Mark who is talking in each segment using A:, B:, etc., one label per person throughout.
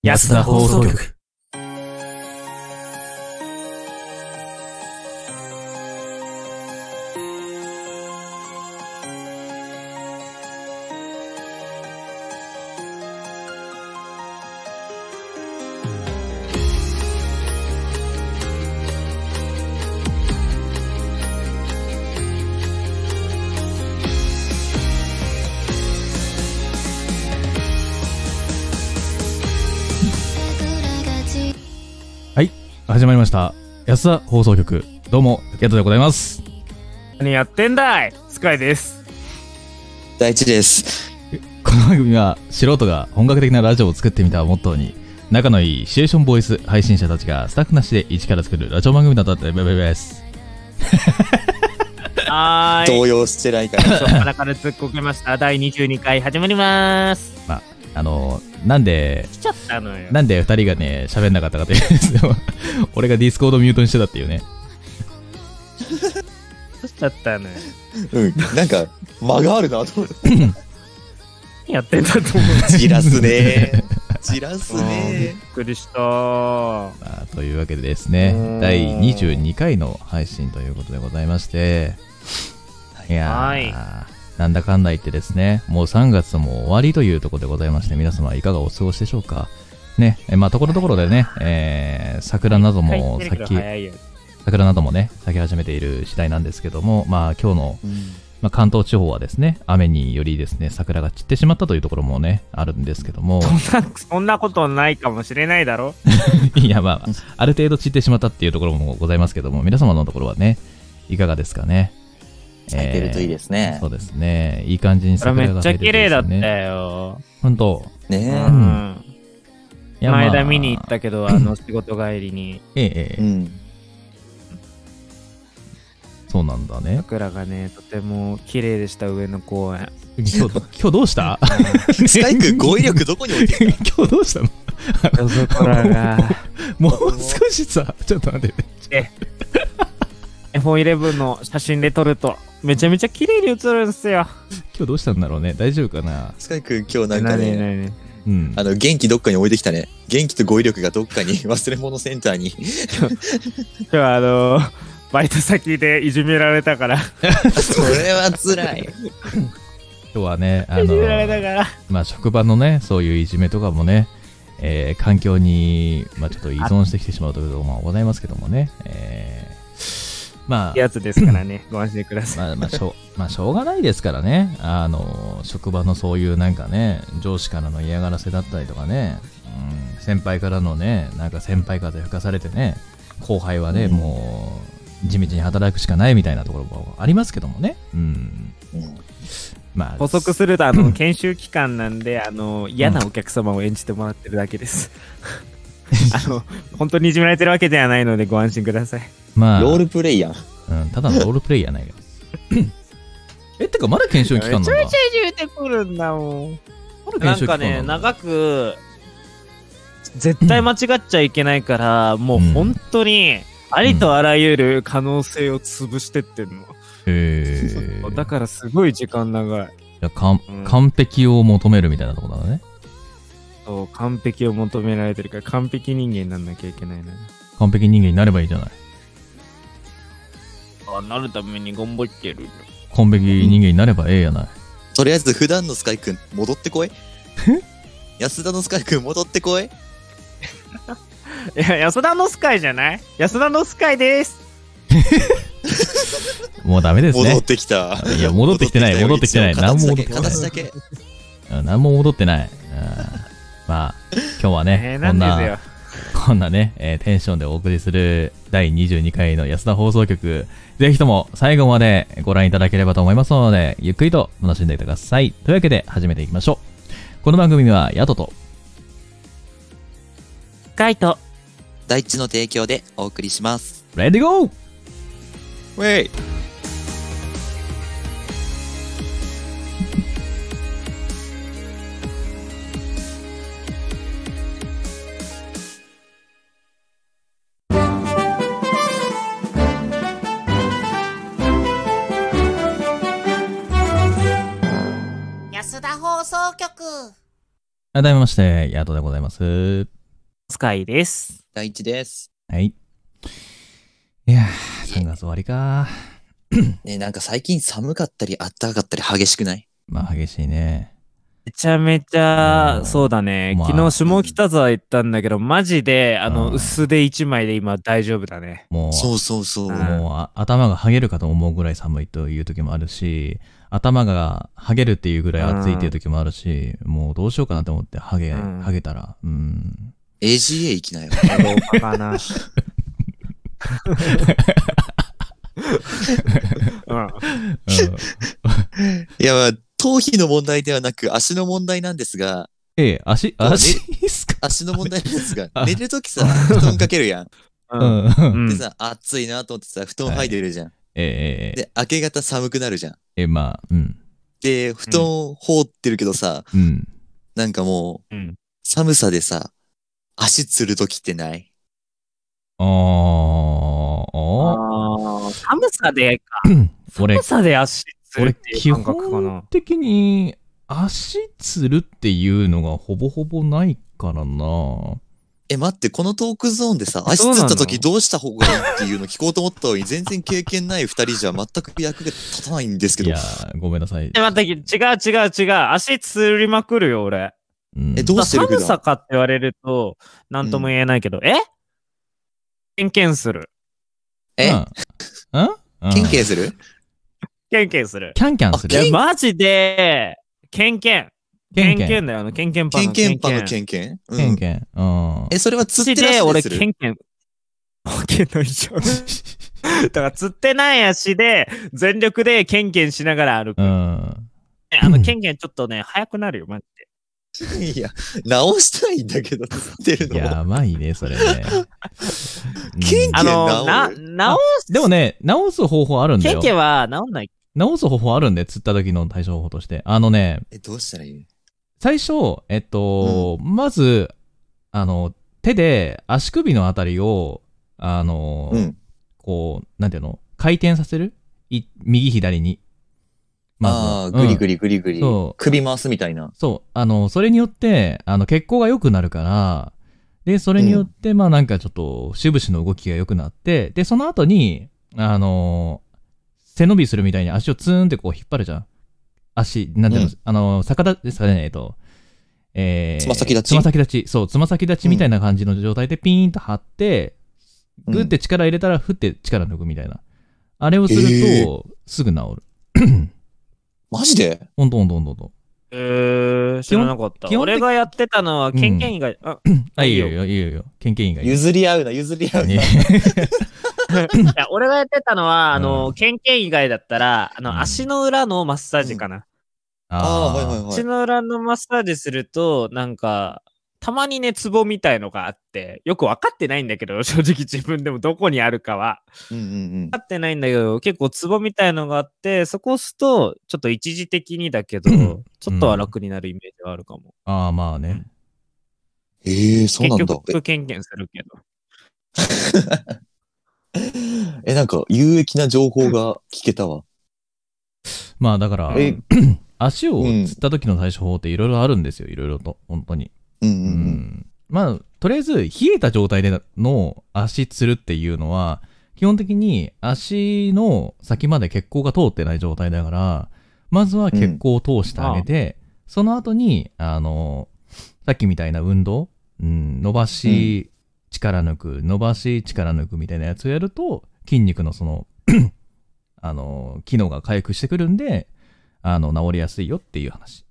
A: 安田放送局。始まりました安田放送局どうも竹田でございます
B: 何やってんだいスカイです
C: 大地です
A: この番組は素人が本格的なラジオを作ってみたをモットーに仲のいいシチュエーションボイス配信者たちがスタッフなしで一から作るラジオ番組だったってべべです
B: はーい
C: 動揺してないか ら
B: 初っ端から突っ込みました第22回始まります
A: あのなんで
B: 来ちゃったのよ
A: なんで二人がね喋んなかったかというと 俺がディスコードミュートにしてたっていうね
B: 来ちゃったのよ
C: うんなんか間があるなと思って
B: 何やってんだと思 う
C: じらすねじらすね
B: びっくりしたー
A: まあというわけでですね
B: うん
A: 第22回の配信ということでございましていやー
B: はい
A: なんだかんだ言ってですねもう3月も終わりというところでございまして皆様いかがお過ごしでしょうかねえまあところどころでね、えー桜なども
B: 帰ってるけ
A: 咲き
B: ど早いよ
A: 桜などもね咲き始めている次第なんですけどもまあ今日の、まあ、関東地方はですね雨によりですね桜が散ってしまったというところもねあるんですけども
B: そんなそんなことないかもしれないだろ
A: いやまあある程度散ってしまったっていうところもございますけども皆様のところはねいかがですかね
C: 咲いてるといいですね
A: そうですねいい感じに
B: それ
A: 桜
B: めっ
A: が
B: ち
A: 咲
B: ゃ
A: いて
B: 綺
A: るといい
B: 麗
A: です
B: だ
A: よ
B: った
A: ね
B: よ、
A: 本当
B: う
C: ね
B: ん、
A: いや
B: 前
A: まあ
B: 田見に行ったけどあの仕事帰りに
A: ええええ
C: えうん
A: そうなんだね
B: 桜がねとても綺麗でした上野公 園
A: 今日今日どうした
C: スカイ君語彙力どこに置いてる
A: 今日どうしたの
B: 夜空が
A: もう少しさちょっと待って
B: F11 の写真で撮るとめちゃめちゃ綺麗に写るんすよ。
A: 今日どうしたんだろうね大丈夫かな
C: スカイ君今日なんかね
B: 何
A: うん
C: あの元気どっかに置いてきたね元気と語彙力がどっかに 忘れ物センタ ーに
B: 今日はあのーバイト先でいじめられたから。
C: それは辛い
A: 今日はねあ
B: いじ
A: の
B: められたから。
A: まあ、職場のね、そういういじめとかもね、えー環境に、まあ、ちょっと依存してきてしまうということもございますけどもね、えーまあ、
B: やつですからね。ご安心ください。
A: まあ、まあ、しょう、まあ、しょうがないですからね、あの、職場のそういうなんかね、上司からの嫌がらせだったりとかね、うん、先輩からのね、なんか先輩風吹かされてね、後輩はね、
C: うん
A: もう、地道に働くしかないみたいなところもありますけどもね、うん、
C: うん
A: まあ、
B: 補足すると、あの、研修期間なんで、あの、嫌なお客様を演じてもらってるだけ です。あの、本当にいじめられてるわけではないので、ご安心ください。
A: まあ、
C: ロールプレイやん
A: うん、ただのロールプレイやな いよ。え、ってか、まだ研修期間なんだ。
B: いじめてくるんだもん。
A: まだ
B: な
A: 研
B: ん
A: 修期
B: か
A: 間
B: ね、
A: なんだ
B: 長く、絶対間違っちゃいけないから、もう本当に、ありとあらゆる可能性を潰してってんの。
A: へー
B: だからすごい時間長い。
A: いやかん
B: うん
A: 完璧を求めるみたいなとこだね。
B: そう完璧を求められてるから、完璧人間になんなきゃいけないな。
A: 完璧人間になればいいじゃない。
B: あなるために頑張ってる。
A: 完璧人間になればええやない。
C: とりあえず普段のスカイ君戻っ てこい安田のスカイ君戻ってこ い
B: いや、安田のスカイじゃない安田のスカイです。
A: もうダメです
C: 戻
A: ね
C: っ。てきた
A: いや戻ってきてない戻ってきてない
C: 何も
A: 何も戻ってこない
C: 形だけ
A: うん何も戻ってない。うんまあ、今日はね
B: えー、な
A: こ
B: ん
A: ん
B: です
A: な、
B: よ。
A: こんなね、えーテンションでお送りする第22回の安田放送局、ぜひとも最後までご覧いただければと思いますので、ゆっくりと楽しんでください。というわけで始めていきましょう。この番組は、ヤトと、
B: スカイと。
C: 大地の提供でお送りします。
A: レディゴー
C: ウェイ
D: 安田放送局
A: 改めまして、ヤトでございます。
B: スカイです。
C: 第一です。
A: はい。いやー、3月終わりか。
C: ねなんか最近寒かったり暖かかったり激しくない
A: まあ、激しいね。
B: めちゃめち
A: う
B: ゃ、
A: ん
B: そうだね。
A: まあ
B: 昨日、下北沢行ったんだけど、マジで、あ
A: う
B: の、
A: ん
B: 薄手一枚で今大丈夫だね。
A: もう、
C: そうそうそう。
B: うん
A: もうあ頭がはげるかと思うぐらい寒いという時もあるし、頭がはげるっていうぐらい暑いっていう時もあるし、もうどうしようかなと思って、はげ、
B: うん
A: はげたら。うん。
C: AGA 行きなよ。
B: 豪華かな。 うん
A: うん
C: いや、まあ、頭皮の問題ではなく足の問題なんですが、
A: ええ、足、
C: そうね
A: 足ですか
C: 足の問題なんです が
A: あ、
C: 寝るときさ、布団かけるやん。
A: う
B: うん
A: ん。え
B: うん
C: でさ、暑いなと思ってさ、布団剥いでるじゃん。
A: え、ええ、
C: で、明け方寒くなるじゃん。
A: ええ、まあ、うん。
C: で、布団放ってるけどさ、
A: うん。
C: なんかもう、
B: うん
C: 寒さでさ、足つるときってない
A: あー、あ
B: あー寒さで、
A: ー、俺
B: 寒、さで足つる
A: 俺、
B: ってい
A: 基
B: う感覚かな
A: 本。的に足つるっていうのがほぼほぼないからな。
C: え、待って、このトークゾーンでさ、
B: え
C: 足
B: そう
C: つ
B: なの
C: ったときどうした方がいいっていうの聞こうと思ったのに、全然経験ない二人じゃ全く役が立たないんですけ
A: い
C: ど
A: や。ー、ごめんなさい。
B: え、待って、違う違う違う。足つりまくるよ、俺。
A: うん
C: え、どうしてるけ
B: 寒
C: ど
B: さかって言われると、なんとも言えないけど、えケンケンする。
C: え、
A: うんうん
C: ケンケンする
B: ケンケンする。
A: キャンキャンす
B: い
A: る
C: あ
B: や、マジで、ケンケン。ケンケンだよ、あの、ケンケンパン
C: ケン
B: の
C: ケンパンの
B: ケン。
C: ケンケンう
A: ケン
C: ん。
A: ケン。うん。
C: え、それは釣って
B: 足
C: な
B: で、
C: しで
B: 俺、
C: す
B: ケ
C: る
B: ンケン。保険の一緒。だから、釣ってない足で、全力でケンケンしながら歩く。
A: う
B: ね
A: ん。
B: あの、ケンケンちょっとね、速くなるよ、マジで。
C: いや、直したいんだけど、釣ってるの。
A: やばいね、それね。
C: ケンケン
A: うん
B: あの、
C: 治る
B: な、直す。
A: でもね、直す方法あるんだ
B: ケン
A: よ
B: ケ。ンは治んない。
A: 直す方法あるんで、釣った時の対処法として。あのね、
C: え、どうしたらいい
A: 最初、えっと、まず、あの、手で足首のあたりを、あの、
C: うん。
A: こう、なんていうの回転させるい右左に。
C: ああ、グリ
A: リ
C: グリグリグリ
A: そう。
C: 首回すみたいな。
A: そう、あの、それによって、あの、血行が良くなるから、で、それによって、まあなんかちょっと、節々の動きが良くなって、で、その後に、あのー背伸びするみたいに足をツーンってこう引っ張るじゃん。足、なんていうの、
C: うん
A: あのー逆立ちですかね、えっと、えー、
C: つま先立ち
A: つま先立ち。そう、つま先立ちみたいな感じの状態でピーンと張って、
C: うん
A: グって力入れたら、ふって力抜くみたいな。あれをすると、
C: え
A: すぐ治る。
C: マジで
A: ほんとほんとほんとほんと。
B: えー、知らなかった
A: 基。本的
B: 俺がやってたのは、ケンケン以外、あ、
A: あ、いい
B: いい
A: よ
B: よ
A: いいよ、いいよいいよ。ケンケン以外。
C: 譲り合うな、譲り合うな。
B: いや俺がやってたのは、あの、
A: うん
B: ケンケン以外だったら、あ
A: うん
B: の、足の裏のマッサージかな。
C: ああ、はいはい
B: 足
C: はい。
B: の裏のマッサージすると、なんか、たまにね、ツボみたいのがあって、よく分かってないんだけど、 正直自分でもどこにあるかは。
C: うんうんうん
B: 分。かってないんだけど、結構ツボみたいのがあって、そこを押すと、ちょっと一時的にだけど、
A: うん
B: ちょっとは楽になるイメージはあるかも。
A: ああ、まあね。
C: ええ、そうなんだ
B: 結。局、ケンケンするけど。
C: え、えなんか、有益な情報が聞けたわ。
A: まあだから、
C: え、
A: 足を
C: うん
A: つった時の対処法っていろいろあるんですよ、いろいろと、本当に。
C: うんう
A: うんまあ、とりあえず、冷えた状態での足つるっていうのは、基本的に足の先まで血行が通ってない状態だから、まずは血行を通してあげて、その後に、あの、さっきみたいな運動、うん、伸ばし、力抜く、伸ばし、力抜くみたいなやつをやると、筋肉のその、 あの、機能が回復してくるんで、あの、治りやすいよっていう話。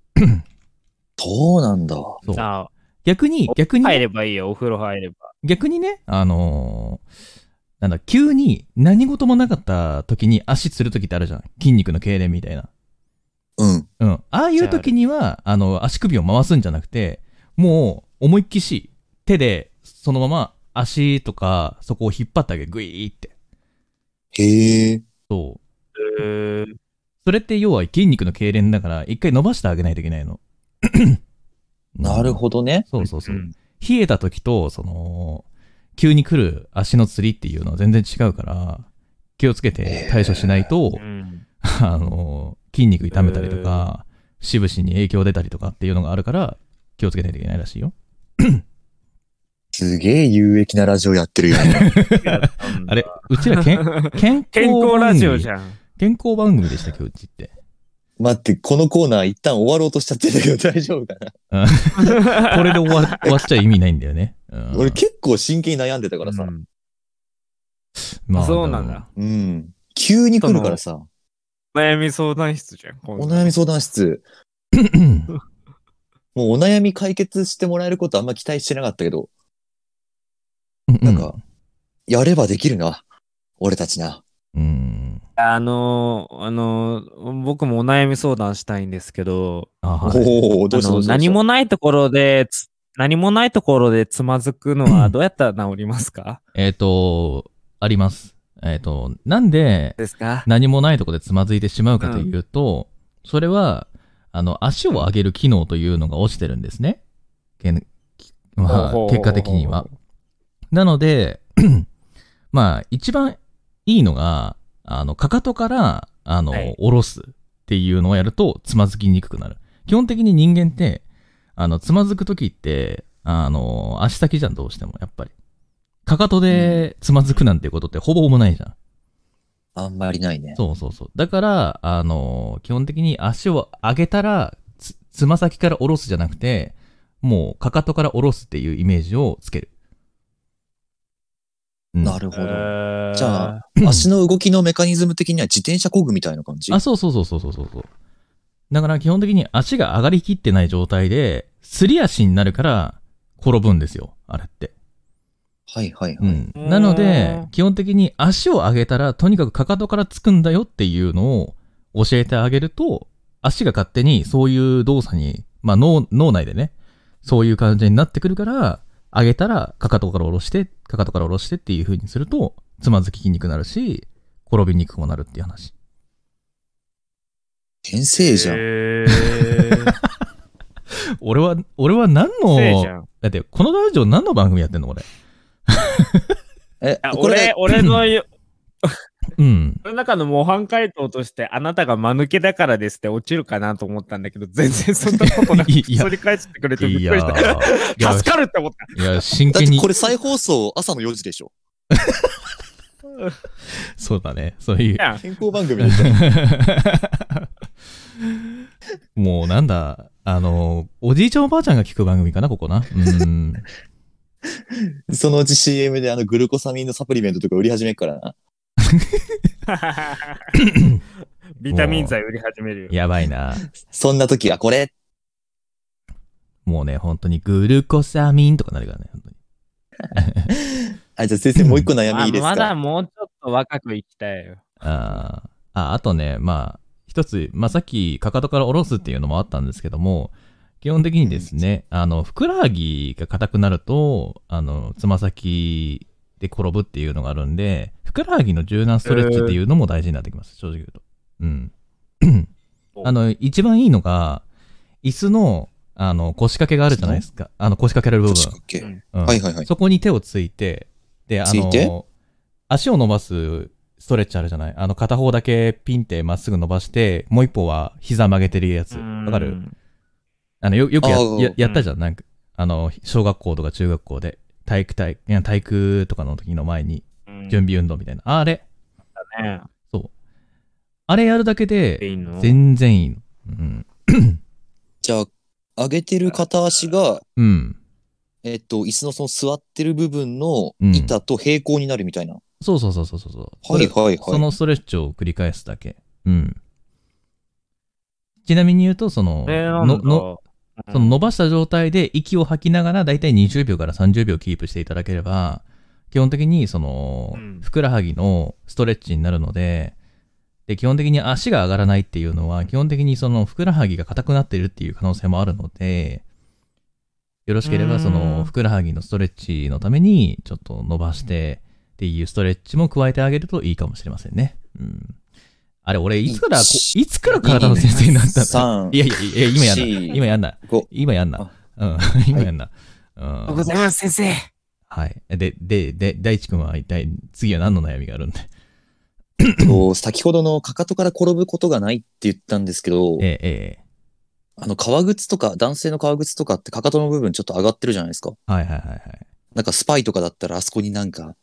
C: そうなんだ。
A: そう
B: あ
A: 逆に、逆にね、
B: 入ればいいよ、お風呂入れば。
A: 逆にね、あのーなんだ、急に何事もなかった時に足つる時ってあるじゃん。筋肉の痙攣みたいな。
C: うん。
A: うん。ああいう時には、あの、足首を回すんじゃなくて、もう、思いっきし、手で、そのまま足とか、そこを引っ張ってあげる。グイーって。
C: へえ。
A: そう。
B: えー
A: それって要は筋肉の痙攣だから、一回伸ばしてあげないといけないの。
C: なるほどね。
A: ど。そうそうそう。
B: ん
A: 冷えた時と、その、急に来る足の釣りっていうのは全然違うから、気をつけて対処しないと
B: う、ん
A: あの、筋肉痛めたりとか、節々に影響出たりとかっていうのがあるから、気をつけないといけないらしいよ。
C: すげえ有益なラジオやってるよ ね。
A: あれ、うちらけん健
B: 健
A: 康
B: 康ラジオじ
A: ん。
B: ゃん。
A: 健康番組でしたっけ、うちって。
C: 待って、このコーナー一旦終わろうとしちゃってるけど大丈夫かな、
A: これ で終わ終わっちゃ意味ないんだよね。うん
C: 俺結構真剣に悩んでたからさ。
B: うん
A: まあ
B: そうなんだ。。
C: うん。急に来るからさ。
B: 悩み相談室じゃん。今度
C: お悩み相談室。
A: でも
C: もうお悩み解決してもらえることあんま期待してなかったけど、
A: うん
C: なんか、やればできるな。俺たちな。
A: うん。
B: あのーあのー僕もお悩み相談したいんですけど、
A: あ
C: お
A: はい
C: おーどうしたど
B: あ
C: う
B: の
C: した
B: 何もないところでつ、何もないところでつまずくの はどうやったら治りますか
A: えっ、と、あります。えっ、と、なんで
B: ですか
A: 何もないとこでつまずいてしまうかというと、それは、あの、足を上げる機能というのが落ちてるんですね。けんまあ、結果的には。。なので、 まあ、一番いいのが、あの、かかとから、あの、
B: はい
A: 下ろすっていうのをやると、つまずきにくくなる。基本的に人間って、あの、つまずくときって、あの、足先じゃん、どうしても、やっぱり。かかとでつまずくなんてことってほぼほぼないじゃん。
C: あんまりないね。
A: そうそうそう。だから、あの、基本的に足を上げたら、つ、つま先から下ろすじゃなくて、もう、かかとから下ろすっていうイメージをつける。うん
C: なるほ
B: え
C: ど。
B: ー
C: じゃあ、足の動きのメカニズム的には自転車工具みたいな感じ
A: あ、そうそうそうそうそうそうそう。だから基本的に足が上がりきってない状態で、すり足になるから転ぶんですよ、あれって。
C: はいはいは
A: う
C: い。
A: ん。なの
B: う
A: で
B: ん、
A: 基本的に足を上げたら、とにかくかかとからつくんだよっていうのを教えてあげると、足が勝手にそういう動作に、まあ脳脳内でね、そういう感じになってくるから、上げたらかかとから下ろして、かかとから下ろしてっていう風にすると、つまずきにくくなるし、転びにくくもなるっていう話。
C: 天性じゃん。
B: え ー
A: 俺は、俺は何
B: せいじゃ
A: の、
B: ん
A: だって、このラジオ何の番組やってんの俺。
C: え
B: あ、
C: こ
B: 俺
C: れ、、
B: 俺のよ、
A: うん。
B: 俺の中の模範解答として、あなたが間抜けだからですって落ちるかなと思ったんだけど、全然そんなことなく、
A: い
B: 普
A: や
B: 通に返してくれてび
A: い
B: っ
A: や
B: くりした。
A: ー、いや
B: 助かるって思った。
A: いや、真
C: だっ
A: 剣
C: て
A: に
C: こ、れ再放送朝の4時でしょ。
A: そうだね、そういう。
B: やん
C: 健康番組でしょ。
A: もうなんだ、あの、おじいちゃんおばあちゃんが聞く番組かな、ここな。うん。
C: そのうち CM であのグルコサミンのサプリメントとか売り始めっからな。
B: ビタミン剤売り始めるよ。
A: やばいな。
C: そんな時はこれ。
A: もうね、本当にグルコサミンとかなるからね、本当に。
C: あ、じゃあ先生もう一個悩みいいですか、
B: まあまだもうちょっと若く生きたいよ。
A: あーあ、あとね、まあ、一つ、まあさっき、かかとから下ろすっていうのもあったんですけども、基本的にですね、あの、ふくらはぎが硬くなると、あの、つま先で転ぶっていうのがあるんで、ふくらはぎの柔軟ストレッチっていうのも大事になってきます、正直言うと。うん。あの、一番いいのが、椅子の、あの、腰掛けがあるじゃないですか。あの、腰掛けられる部
C: 確
A: 分
C: か。け
B: うん
A: うん
C: はいはいはい。
A: そこに手をついて、で、あ
C: ついて
A: の、足を伸ばすストレッチあるじゃないあの、片方だけピンってまっすぐ伸ばして、もう一方は膝曲げてるやつ。わかるあの、よ、よくや
C: あー
A: ややったじゃんなんか、あの、小学校とか中学校で、体育体、いや体育とかの時の前に、
B: うん
A: 準備運動みたいな。あれ
B: ね
A: そう。あれやるだけ
B: えい
A: で、
B: いの
A: 全然いいの。うん。
C: じゃあ、上げてる片足が、
A: うん。
C: えっと、椅子のその座ってる部分の
A: うん
C: 板と平行になるみたいな。
A: そうそうそうそうそうそう。そ
C: は
A: れ
C: いはい
A: そ
C: はい。
A: のストレッチを繰り返すだけ。うん。ちなみに言うと、その、
B: これなんだ
A: ののその伸ばした状態で息を吐きながら、だいたい20秒から30秒キープしていただければ、基本的に、その
B: うん、
A: ふくらはぎのストレッチになるので、で、基本的に足が上がらないっていうのは、基本的にその、ふくらはぎが硬くなっているっていう可能性もあるので、よろしけれ
B: うー
A: ば、
B: ん
A: その、ふくらはぎのストレッチのために、ちょっと伸ばしてっていうストレッチも加えてあげるといいかもしれませんね。うん。あれ、俺、いつからこ、
C: 一
A: いつから体の先生になったんだ
C: 三
A: いやいやいや、今やんな。
C: 四
A: 今やんな。
C: 五
A: 今やんな。うん。今やんな。う
B: おはようご
A: ん。
B: ざいます、先生。
A: はい。で、で、で、大地君は一体、次は何の悩みがあるんで。
C: と先ほどのかかとから転ぶことがないって言ったんですけど、
A: ええ、え
C: あの、革靴とか、男性の革靴とかってかかとの部分ちょっと上がってるじゃないですか。
A: え。はいはいはいはい。
C: なんかスパイとかだったらあそこになんか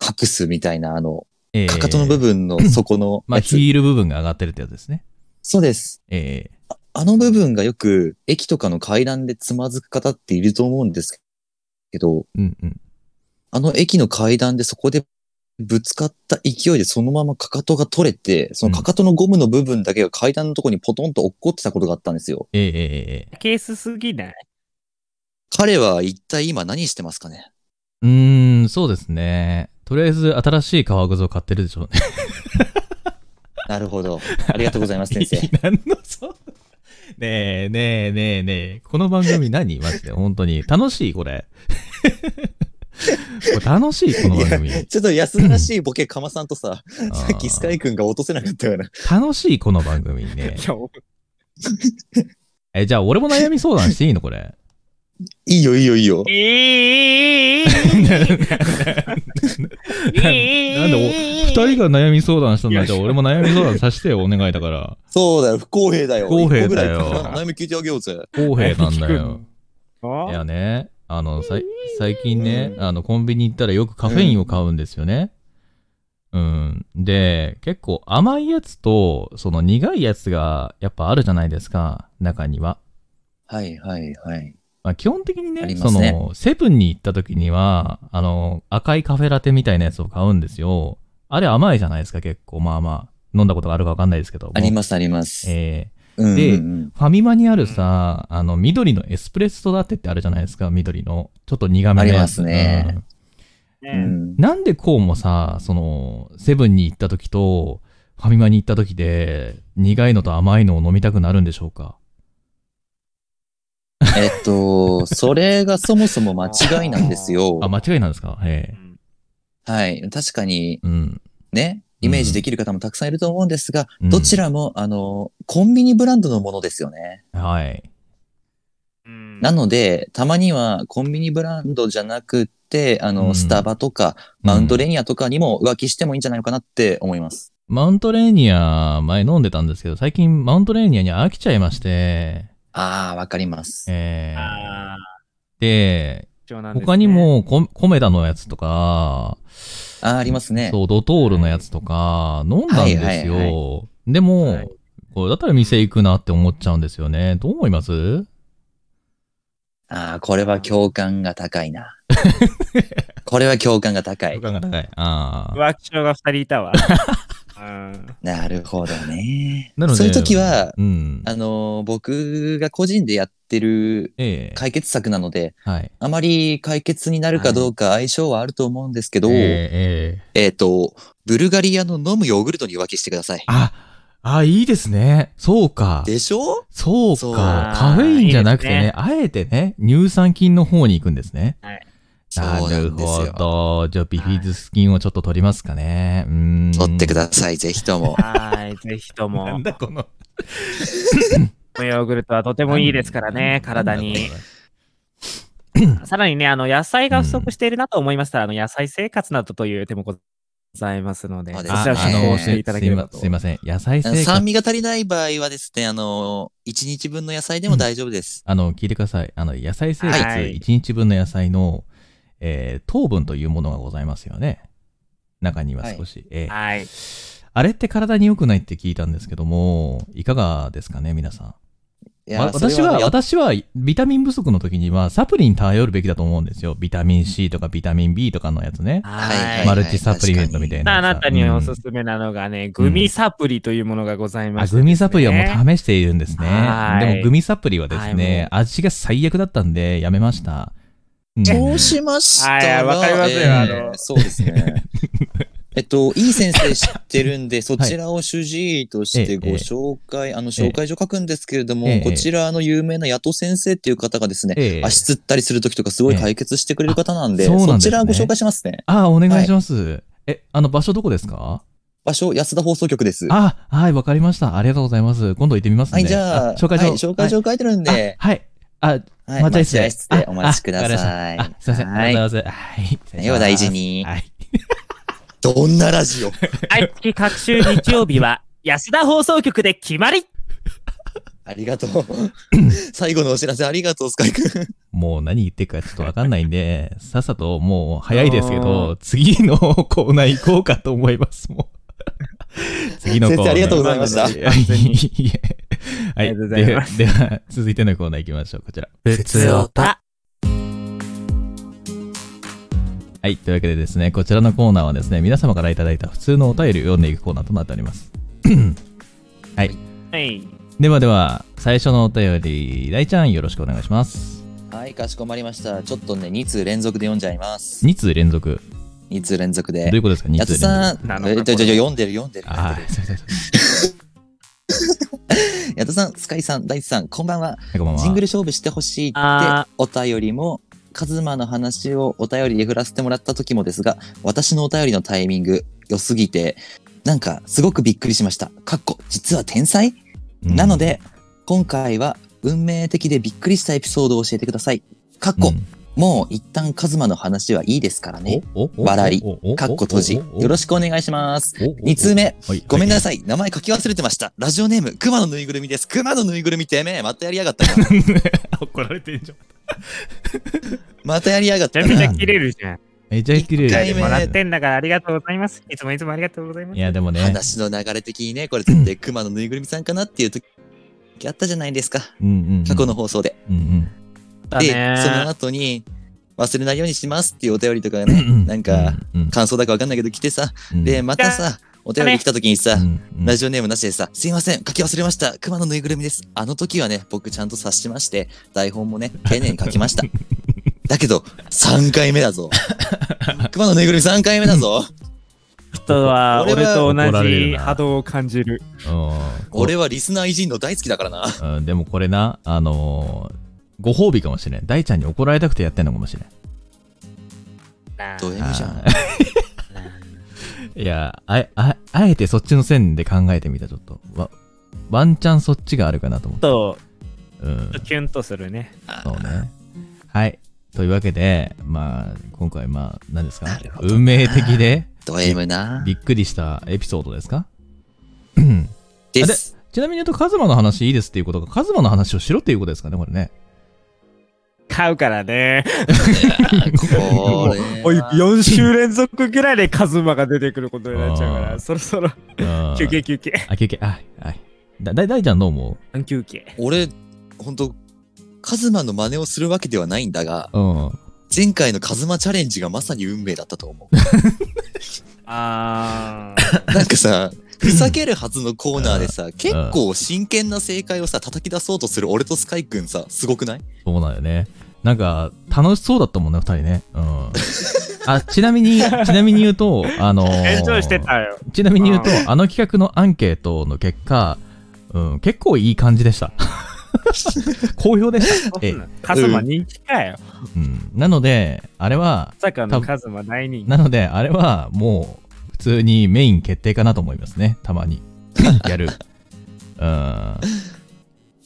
C: 隠すみたいな、あの、
A: えー
C: かかとの部分の底の
A: まあ、
C: やつ
A: ヒール部分が上がってるってやつですね。
C: そうです。
A: え
C: あの部分がよく駅とかの階段でつまずく方っていると思うんですけど、
A: ーうんうん。
C: あの駅の階段でそこでぶつかった勢いでそのままかかとが取れて、そのかかとのゴムの部分だけが階段のとこにポトンと落っこってたことがあったんですよ。
A: えーえーえーえ
B: ケースすぎない
C: 彼は一体今何してますかね
A: ーうーん、そうですね。とりあえず新しい革靴を買ってるでしょうね。
C: なるほど。ありがとうございます、先生。
A: 何のそうねえねえねえねえ。この番組 何マジで本当に。楽しいこれ。 これ楽しいこの番組。
C: ちょっと安らしいボケかまさんとさ、
A: あ
C: さ
A: ー
C: っきスカイくんが落とせなかったから。
A: 楽しいこの番組ね
B: い。や、お
A: え、じゃあ俺も悩み相談していいの これ。
C: いいよ、いいよ、いいよ
B: え。えええええ
A: なんでお、二人が悩み相談したんだじゃあ俺も悩み相談させてよ、お願いだから。
C: そうだよ、不公平だよ。
A: 不公平だよ
C: 一個ぐらい悩み聞いてあげようぜ。
A: 公平なん
B: 聞
A: だ
B: く
A: よ
B: の。
A: い
B: あ
A: やね、あの、さい最近ね、あの、コンビニ行ったらよくカフェインを買うんですよね。うん。で、結構甘いやつと、その苦いやつがやっぱあるじゃないですか、中には。
C: はい、はい、はい。
A: まあ、基本的に
C: あ
A: ね
C: りま
A: そ
C: すね
A: の、セブンに行った時には、あの、赤いカフェラテみたいなやつを買うんですよ。あれ甘いじゃないですか、結構。まあまあ、飲んだことがあるかわかんないですけども。
C: あります、あります。
A: え
C: うん
A: で
C: うんうん
A: ーファミマにあるさ、あの、緑のエスプレッソラテってあるじゃないですか、緑の。ちょっと苦めのやつ。
C: ありますね
A: うん
B: ね
C: うん
A: なんでこうもさ、その、セブンに行った時と、ファミマに行った時で、苦いのと甘いのを飲みたくなるんでしょうか
C: えっと、それがそもそも間違いなんですよ
A: あ、。間違いなんですかええ
C: はい。確かに、
A: うん。
C: ね、イメージできる方もたくさんいると思うんですが、
A: うん
C: どちらも、あの、コンビニブランドのものですよね。
A: はい。
B: うん
C: なので、たまにはコンビニブランドじゃなくて、あ
A: うん
C: の、スタバとか、マウントレニアとかにも浮気してもいいんじゃないのかなって思います。
A: マウントレーニア、前飲んでたんですけど、最近マウントレーニアに飽きちゃいまして、
C: ああ、わかります。
A: えー、
B: あ
A: で、
B: ー貴重なんですね
A: 他にもコ、コメダのやつとか、
C: あーありますね。
A: そう、ドトールのやつとか、飲んだんですよ。
C: はいはい
A: でも、
B: はい
A: これだったら店行くなって思っちゃうんですよね。どう思います
C: ああ、これは共感が高い な。これは共感が高い。
A: 感が高い。ああ。
B: 浮気症が二人いたわうん
C: なるほどね。
A: なので
C: そういう時は、
A: うん。
C: あのー僕が個人でやってる
A: ええ
C: 解決策なので、
A: はい。
C: あまり解決になるかどうか相性はあると思うんですけど、
A: ええ
C: えっ、
A: ええ
C: と、ブルガリアの飲むヨーグルトに浮気してください。
A: あ、あ、いいですね。そうか。
C: でしょ
A: そう
C: そう
A: か。カフェインじゃなくてね
B: いいですね
A: あえてね、乳酸菌の方に行くんですね。
C: そう
A: な
C: な
A: る
C: んです
A: ほ
C: よ。
A: ど。じゃあ、ビフィズス菌をちょっと取りますかね。うーん。
C: 取ってください、ぜ ひとも。
B: はいぜひと
A: な
B: も
A: んだこの。
B: ヨーグルトはとてもいいですからね体に。さらにねあの野菜が不足しているなと思いましたら、あの野菜生活などという手もございますので
C: そうです
B: そ
C: ね
B: ちらを
C: あ
B: 進
C: の
B: 行していただければと
A: すいません。野菜生
C: 酸
A: 活。
C: 味が足りない場合はですね、あのー、1日分の野菜でも大丈夫です。
A: あの、聞いてください。あの、野菜生活
B: はい
A: 1日分の野菜の、えー糖分というものがございますよね。中には少し。えー
B: はい
A: あれって体に良くないって聞いたんですけども、いかがですかね、皆さん。
C: いや
A: わ私
C: それ
A: は、
C: ね
A: 私はビタミン不足の時にはサプリに頼るべきだと思うんですよ。ビタミン C とかビタミン B とかのやつね。
C: はい
A: マルチサプリメントみたいな
B: あ
A: やつさ。
B: なたにおす
A: うん
B: すめなのがね、グミサプリというものがございま
A: あ
B: す、ね
A: グミサプリはもう試しているんですね。
B: はい
A: でもグミサプリはです
B: はいも
A: ね
B: う、
A: 味が最悪だったんでやめました。うん
C: そうしましたら、
B: はいわかりますよ
C: えー
B: あの
C: そうです ね。えっと、いい先生知ってるんで、そちらを主治医としてご紹介、あの、紹介状書くんですけれども、
A: ええ
C: こちら、あの、有名なヤト先生っていう方がですね、
A: ええ
C: 足つったりするときとかすごい解決してくれる方なんで、
A: ええあそうなん
C: そ
A: ですね
C: ちらご紹介しますね。
A: あ、お願いします。え、あの場所どこですか
C: 場所、安田放送局です。は
A: あ、はい、わかりました。ありがとうございます。今度行ってみますね。
C: い、じゃあ、
A: 紹介
C: はい
A: 状。
C: 紹介状書いてるん
A: はい
C: で、
A: あはい。あ、
C: はい、
A: 待合室
C: 待
A: で
C: 合室でお待ちください。
A: あ、すいません。
C: は
A: ありがとう
C: い。
A: ございます。はい。失礼し
C: 要
A: ます
C: は大事。に。
A: はい。
C: どんなラジオ
B: 毎月各週日曜日は安田放送局で決まり
C: ありがとう。最後のお知らせありがとう、スカイ君。
A: もう何言ってるかちょっとわかんないん で、さっさともう早いですけど、次のコーナー行こうかと思います、もう。 次のコーナー。
C: 先生ありがとうございました
A: いやいえは
B: ありがとうご
A: い。
B: ざい
A: で
B: ま
A: では、続いてのコーナー行きましょう。こちら。
B: 普
D: 通オタ
A: はい。というわけでですね、こちらのコーナーはですね、皆様からいただいた普通のお便りを読んでいくコーナーとなっております。
B: はい。
A: ではでは、最初のお便り、大ちゃんよろしくお願いします。
C: はい、かしこまりました。ちょっとね、2通連続で読んじゃいます。
A: 2通連続。
C: 2通連続
A: ど
C: で
A: うい。うことですか ?2
C: や
A: 通
C: つ
A: 連続。
C: さん、
B: なのか
C: えっと、じゃじゃ読んでる読んでる。
A: ああ、すいません。すいま
C: やつさん、スカイさん、大地さん、こんばんは。
A: せんこんばんは
C: ジングル勝負してほしいって
B: あ
C: お便りも、カズマの話をお便りで振らせてもらった時もですが、私のお便りのタイミング良すぎて、なんかすごくびっくりしました。かっこ、実は天才、
A: うん
C: なので、今回は運命的でびっくりしたエピソードを教えてください。かっ
A: う
C: こ、
A: ん
C: もう一旦カズマの話はいいですからね。
A: おお
C: 笑い
A: い
C: かっこ閉じ。よろしくお願いします。
A: く。
C: 2通目。
A: 目
C: ごめんな
A: さ
C: さい。名前書き忘れてました。ラジオネーム、熊のぬいぐるみです。熊のぬいぐるみてめえ。またやりやがっ たな。
A: い。怒られてんじゃん。
C: またやりやがっ
B: めちゃ
C: た
B: めちゃ
C: な。
B: 切れるじゃん。
A: めちゃ綺麗
C: 一
B: 書
A: だ
C: 回
B: いて
A: よ
C: 目
B: もらっ
A: い
B: てんだからありがとうございます。いつもいつもありがとうございます。
A: や、でもね。
C: 話の流れ的にね、これ絶対熊のぬいぐるみさんかなっていう時あったじゃないですか。
A: うんうんうん
C: 過去の。放送で。
A: うん
B: だ
C: で、
B: ね
C: その後に、忘れないようにしますっていうお便りとかがね、
A: うん。
C: なんか、感想だかわかんないけど来てさ、
A: うん、
C: で、またさ、お便り来た時にさ、
A: うん、
C: ラジオネームなしでさ、すいません、書き忘れました。熊のぬいぐるみです。あの時はね、僕ちゃんと察しまして、台本もね、丁寧に書きま した。だけど、3回目だぞ。熊のぬいぐるみ3回目だぞ。
B: 人は
C: 俺
B: 俺
C: は
B: と
A: 怒ら
B: 同
A: れる
B: じ
A: な
B: 波動を感じる。
A: うん
C: 俺はリスナー偉人の大好きだからな。
A: うんでもこれな、あのーご褒美かもしれん。大ちゃんに怒られたくてやってんのかもしれん。
C: ド M じゃん。
A: いや、あえ、あえあえてそっちの線で考えてみた、ちょっと。わワンチャンそっちがあるかなと思って。
B: と、
A: うん。
B: キュンとするね。
A: そうね。はい。というわけで、まあ、今回、まあ、何ですか
C: なるほど
A: 運命的で
C: ド M な。
A: びっくりしたエピソードですか うん
C: です。
A: ちなみに言うと、カズマの話いいですっていうことが、カズマの話をしろっていうことですかね、これね。
B: 買うからね。
C: これ
B: おい、
C: は。
B: 4週連続ぐらいでカズマが出てくることになっちゃうか
A: あー
B: ら、そろそろ
A: うん
B: 休憩休憩。
A: あ、休憩。あ、はい。だ、だ、大ちゃんどう思
B: 休憩。
C: 俺、ほんと、カズマの真似をするわけではないんだが、
A: ううん。
C: 前回のカズマチャレンジがまさに運命だったと思う。
B: あ
C: なんかさ、ふざけるはずのコーナーでさ、結構真剣な正解をさ、叩き出そうとする俺とスカイくんさ、すごくない
A: そうなんよね。なんか、楽しそうだったもんね、二人ね。うん。あ、ちな みに、ちなみに言うと、あの
B: ー。
A: ー
B: エンジョイしてたよ。
A: ちなみに言うと
B: う、
A: あの企画のアンケートの結果、うん、結構いい感じ でした。好評でした。ええ
B: カズマ人気かよ。
A: うん、なので、あれは、
B: まさかのカズマ大人気。
A: なので、あれはもう、普通にメイン決定かなと思いますね。たまに。 やる。うん。だ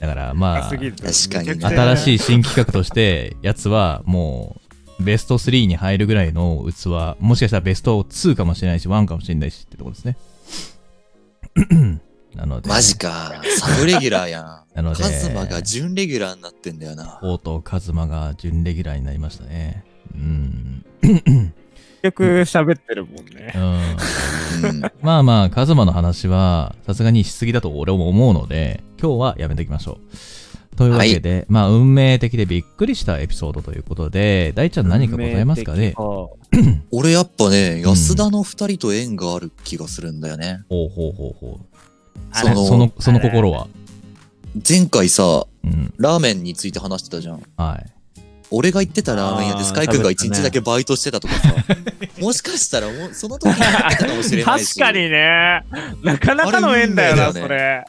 A: から、まあ、
B: 高すぎる
C: 確かにね
A: 新し
B: い。
A: い新企画として、やつはもう、ベスト3に入るぐらいの器、もしかしたらベスト2かもしれないし、1かもしれないしってとこですね。 なので、
C: マジか。サブレギュラーや。
A: なんの
C: カ
A: で
C: ズマが準レギュラーになってんだよな。
A: とうとうカズマが準レギュラーになりましたね。うん。
B: 結局喋ってるもんね
A: う。ん、
C: うん。
A: まあまあ、カズマの話は、さすがにしすぎだと俺も思うので、今日はやめておきましょう。というわけで、まあ、運命的でびっくりしたエピソードということで、大ちゃん何かございますかね
B: こう
C: 俺やっぱね、
A: うん
C: 安田の二人と縁がある気がするんだよね。
A: ほうほうほうほ
B: あ
C: そ
A: うん。
C: の
A: その、その心は
C: 前回さ、
A: うん。
C: ラーメンについて話してたじゃん。
A: はい。
C: 俺が行ってたラーメン屋
B: あ
C: で
B: ー
C: スカイくんが一
B: 食べたね
C: 日だけバイトしてたとかさ、 もしかしたらもうその時に行ってたかもしれないし。
B: 確かにね。なかなかの縁だよな、
C: あれ
B: そ
C: 運命
B: れ。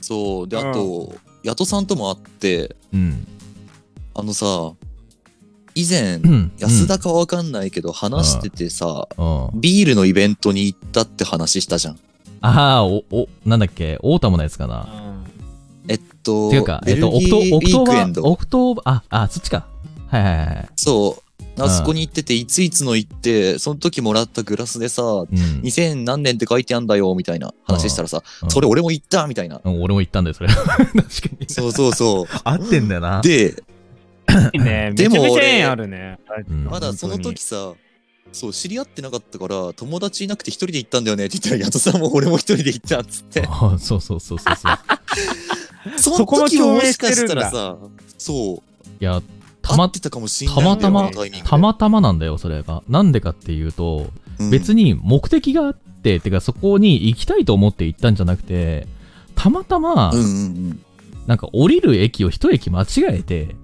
C: そう。で、あと、ヤトさんとも会って、
A: うん。
C: あのさ、以前
A: う、ん
C: 安田かわかんないけど、話しててさ、
A: うん。うん
C: ビールのイベントに行ったって話したじゃん。
A: ああ、お、お、なんだっけ、オータムのやつかな。
C: えっと、
A: っていうか、えっ
C: ベルギ
A: と、オクト、
C: ー
A: オ
C: ウィ
A: クト
C: ー
A: ー
C: クエ
A: バ
C: ン
A: ー、
C: ド。
A: オクトーバー、あ、あ、そっちか。はいはいはいはい。
C: そう。あそこに行ってて、いついつの行って、その時もらったグラスでさ、
A: うん
C: 2000何年って書いてあんだよ、みたいな話したらさ、
A: うん
C: それ俺も行った、みたいな。
A: うん俺も言ったんだよ、それ。確かに。
C: そうそうそう。
A: 合ってんだよな。
C: で、
B: いね。め
C: で
B: ち
C: も
B: ゃ
C: 俺
B: めちゃ縁あるね。
A: うん
C: まだその時さ、そう、知り合ってなかったから、友達いなくて一人で行ったんだよねって言ったら、矢野さんも俺も一人で行ったっつっ て。
A: ああそうそうそうそうそう。
C: そ
B: そ
C: の
B: こも
C: 時
B: 共
C: もも
B: 鳴
C: し
B: してる
C: か
B: んだ
C: したらさ、そう、
A: いや、た
C: た
A: ま
C: まっ、てたかもしんない
A: たまたま
C: んだよねタイミング、で
A: たまたまなんだよ、それが。なんでかっていうと、
C: うん
A: 別に目的があって、てかそこに行きたいと思って行ったんじゃなくて、たまたま、
C: うんうんうん。
A: なんか降りる駅を一駅間違えて、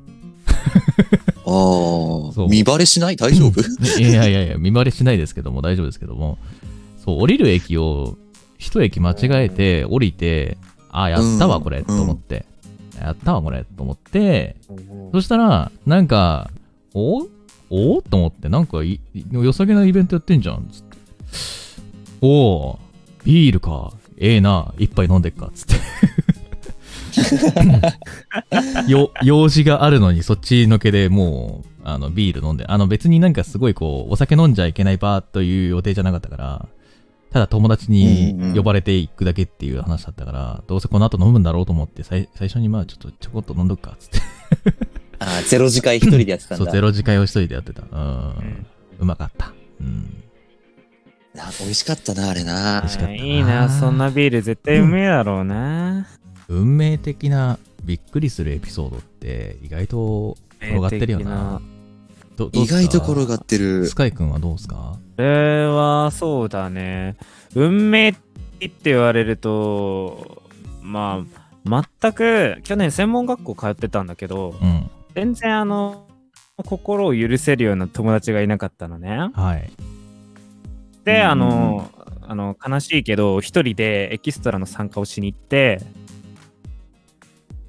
C: あ
A: そ
C: あ、
A: う
C: 見バレしない大丈夫
A: いやいやいや、見バレしないですけども、大丈夫ですけども、そう、降りる駅を一駅間違えて、降りて、あ、やったわ、
C: うん
A: これ、
C: うん
A: と思って。やったわ、これ、と思って、
B: うん
A: そしたら、なんか、おおと思って、なんかい、良さげなイベントやってんじゃん、つって。おー、ビールか。ええな、一杯飲んでっか、つって。 よ用事があるのにそっちのけでもうあのビール飲んであの別になんかすごいこうお酒飲んじゃいけないバーという予定じゃなかったからただ友達
C: うんう
A: に
C: ん
A: 呼ばれていくだけっていう話だったから、どうせこの後飲むんだろうと思って最最初にまあちょっとちょこっと飲んどくかつって
C: ああ、ゼロ次回一人でやってたん
A: そう、
C: だ。
A: ゼロ次会を一人でやってた。うん。
B: ん
A: うまかった。うん。
C: な美味しかったな、あれな。
A: しかったない
B: いな、そんなビール絶対うめえだろう な。
A: 運命的なびっくりするエピソードって意外と転がってるよな。どどう
C: 意
A: っすか
C: 外と転がってる
A: ス。カイ君はどうですか
B: これはそうだね。運命って言われると、まあ、全く、去年専門学校通ってたんだけど、
A: うん。
B: 全然あの、心を許せるような友達がいなかったのね。
A: はい。
B: で、
C: うん
B: あの、あの悲しいけど、一人でエキストラの参加をしに行って、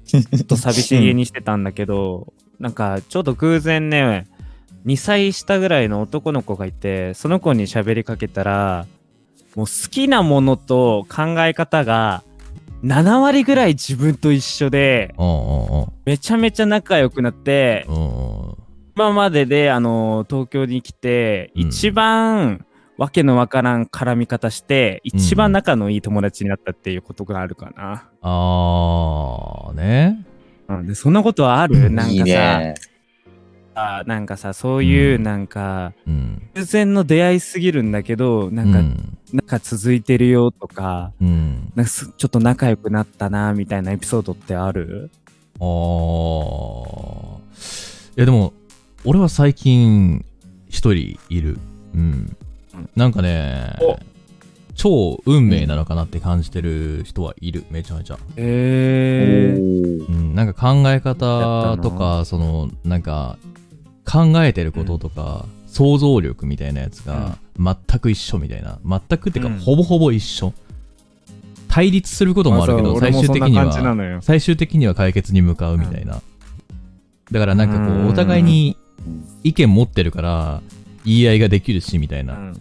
B: ちょっと寂しげにしてたんだけど、なんかちょっと偶然ね、2歳下ぐらいの男の子がいて、その子に喋りかけたら、もう好きなものと考え方が7割ぐらい自分と一緒で、
A: お
B: めちゃめちゃ仲良くなって
A: うん、うんうん。うん
B: 今までで、あの東京に来て、
A: うん
B: 一番わけのわからん絡み方して、一番仲のいい友達になったっていうことがあるかな。
A: あー、ね。
B: うん、でそんなことはあるなんかさ
C: いいね。
B: あなんかさそういううんなんか、
A: うん。
B: 偶然の出会いすぎるんだけどなんか、
A: うん。
B: なんか続いてるよとか
A: うん、
B: なんかすちょっと仲良くなったなみたいなエピソードってある
A: あー。いや、でも、俺は最近、一人いる。うん
B: うん。
A: なんかね
B: お、
A: 超運命なのかなって感じてる人はいる。めちゃめちゃ。
B: へえ
A: うん、なんか考え方とか、その、なんか、考えてることとか、想像力みたいなやつが、全く一緒みたいな。全くっていうか、
B: うん
A: ほぼほぼ一緒。対立することもあるけど、最終的に
B: 感じな
A: は、
B: のよ
A: 最終的には解決に向かうみたいな。だからなんかこ
B: うん
A: う、お互いに意見持ってるから、言い合いができるし、みたいうな。
B: ん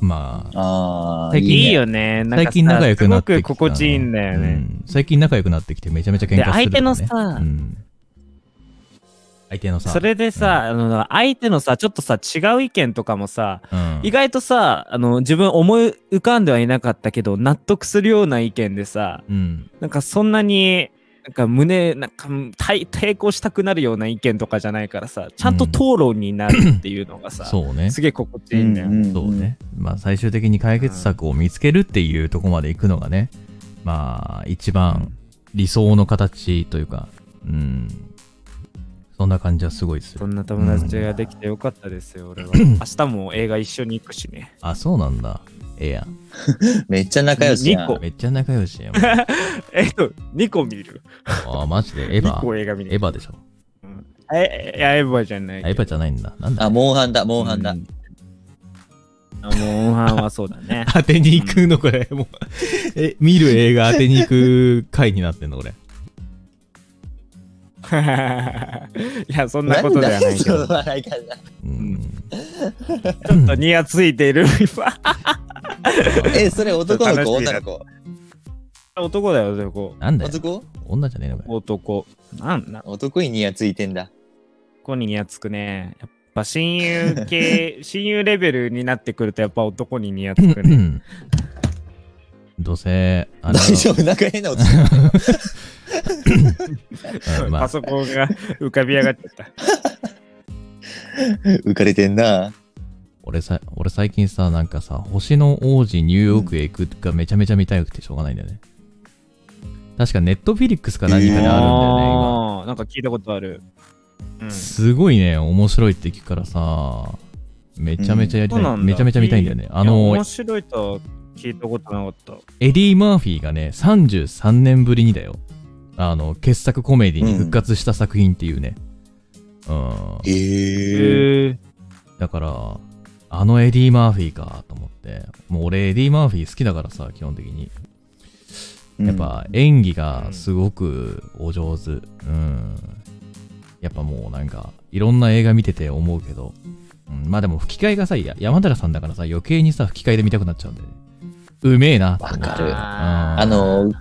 A: まあ、
C: ああ、
A: 最
B: い
A: 近ね
B: いよねなんかさ
A: 最近仲良くなって
B: す
A: き
B: ご
A: た。
B: く心地いいんだよね、
A: うん最近仲良くなってきてめちゃめちゃ喧嘩するとか、ね。
B: で相手のさ
A: うん相手のさ。
B: それでさ、あの相手のさちょっとさ違う意見とかもさ、
A: うん、
B: 意外とさあの自分思い浮かんではいなかったけど納得するような意見でさ
A: うん。
B: なんかそんなになんか胸なんか対抵抗したくなるような意見とかじゃないからさちゃんと討論になるっていうのがさ、
A: そうね。
B: すげえ心地いいんだよ、ね
A: そうね。まあ、最終的に解決策を見つけるっていうとこまで行くのがね、まあ、一番理想の形というか、うん。そんな感じはすごいす
B: そ
A: る。
B: んな友達ができてよかったです よ、俺は明日も映画一緒に行くしね
A: あ、そうなんだ。ええやん。
C: うん。めっちゃ仲良しやん
B: 二個
A: めっちゃ仲良しやん。
B: えっと2個見る
A: あ、マジでエヴ
B: 2個
A: ァ。
B: 映画見
A: エ
B: る
A: ヴァでしょ。
B: えいやエヴァじゃない
A: あエヴァじゃないんだ。なんだ
C: あ、モンハンだ、モンハンだ。
B: うんあモンハンはそうだね
A: 当てに行くのこれ、もう。え、見る映画当てに行く回になってんのこれ。
B: いやそんなことではないけど
C: んだその笑い方
A: う
B: ち
A: ん。
B: ょっとニヤついている 今
C: え、それ男の子、
B: 楽しい
C: 女
B: な
C: の子。
B: 男だよ男
A: なんだよ。
C: 男
A: 女じゃねえのかよ。
B: 男なんな
C: 男にニヤついてんだ。
B: 男にニヤつくねやっぱ親友 系親友レベルになってくるとやっぱ男にニヤつく
A: う
B: ね
A: んどうせ、あれだろ
C: 大丈夫、なんか変な音。
A: うんま
B: パ
A: あ、
B: ソコンが浮かび上がっちゃ った。
C: 浮かれてんな。
A: 俺さ、俺最近さ、なんかさ、星の王子ニューヨークへ行くがめちゃめちゃ見たくてしょうがないんだよね。確かネットフィリックスか何かであるんだよね、今。
B: あーなんか聞いたことある。うん
A: すごいね、面白いって聞くからさ、めちゃめちゃやりたい、
B: そうなんだ
A: めちゃめちゃ見たいんだよね。あ
B: いや
A: の
B: 面、白いとは聞いたことなかった。
A: エディ・マーフィーがね、33年ぶりにだよ。あの、傑作コメディに復活した作品っていうね。うん。
C: へえ。
B: へえ。
A: だから、あのエディ・マーフィーかと思って、もう俺エディ・マーフィー好きだからさ、基本的に。やっぱ演技がすごくお上手。うん。やっぱもうなんか、いろんな映画見てて思うけど、うん、まあでも吹き替えがさ、や山寺さんだからさ、余計にさ、吹き替えで見たくなっちゃうんで、うめえなって思っちゃう
C: わかる
A: あ
C: あの、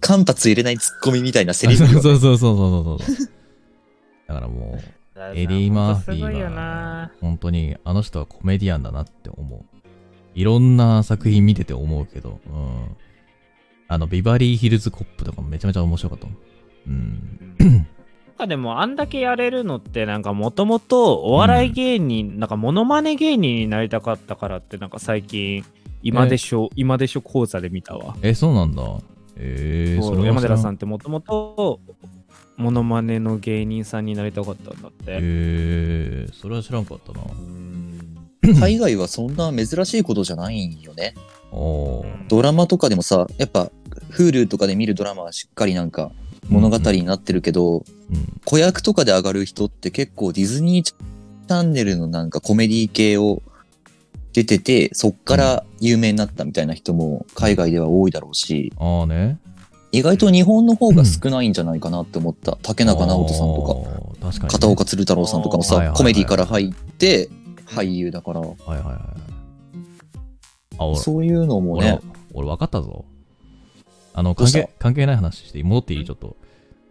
C: 間髪入れないツッコミみたいなセリフ
A: そうそうそうそうそうそうそう。だからもう、 エリー・マーフ
B: ほんと
A: ィ
B: すごい
A: ー
B: よ
A: は
B: な、
A: 本当にあの人はコメディアンだなって思う。いろんな作品見てて思うけど、うん。あの、ビバリー・ヒルズ・コップとかもめちゃめちゃ面白かったもん。うん。
B: なんかでもあんだけやれるのってなんかもともとお笑い芸人、なんかモノマネ芸人になりたかったからってなんか最近今でしょ、今でしょ講座で見たわ、
A: え、そうなんだ。えー、
B: そ
A: そうれは
B: 山寺さん
A: ん。
B: ってもともとモノマネの芸人さんになりたかったんだって、
A: えー、それは知らんかったな。
C: 海外はそんな珍しいことじゃないんよね。
A: おー。
C: ドラマとかでもさ、やっぱ Hulu とかで見るドラマはしっかりなんか物語になってるけ
A: う
C: ど、
A: ん。
C: 子役とかで上がる人って結構ディズニーチャンネルのなんかコメディ系を出てて、そっから有名になったみたいな人も海外では多いだろうし、
A: ああね。
C: 意外と日本の方が少ないんじゃないかなって思った。竹中直人さんと
A: とか。確かに、
C: か、片岡鶴太郎さんとかも
A: あーはいはい
C: さ
A: は、い
C: コメディから入って俳優だから、
A: はいはいはい。あ、俺、
C: そういうのも
A: 俺
C: ね、
A: 俺分かったぞ。あの、
C: どう
A: 関
C: した
A: 係、関係ない話して、戻っていいちょっと。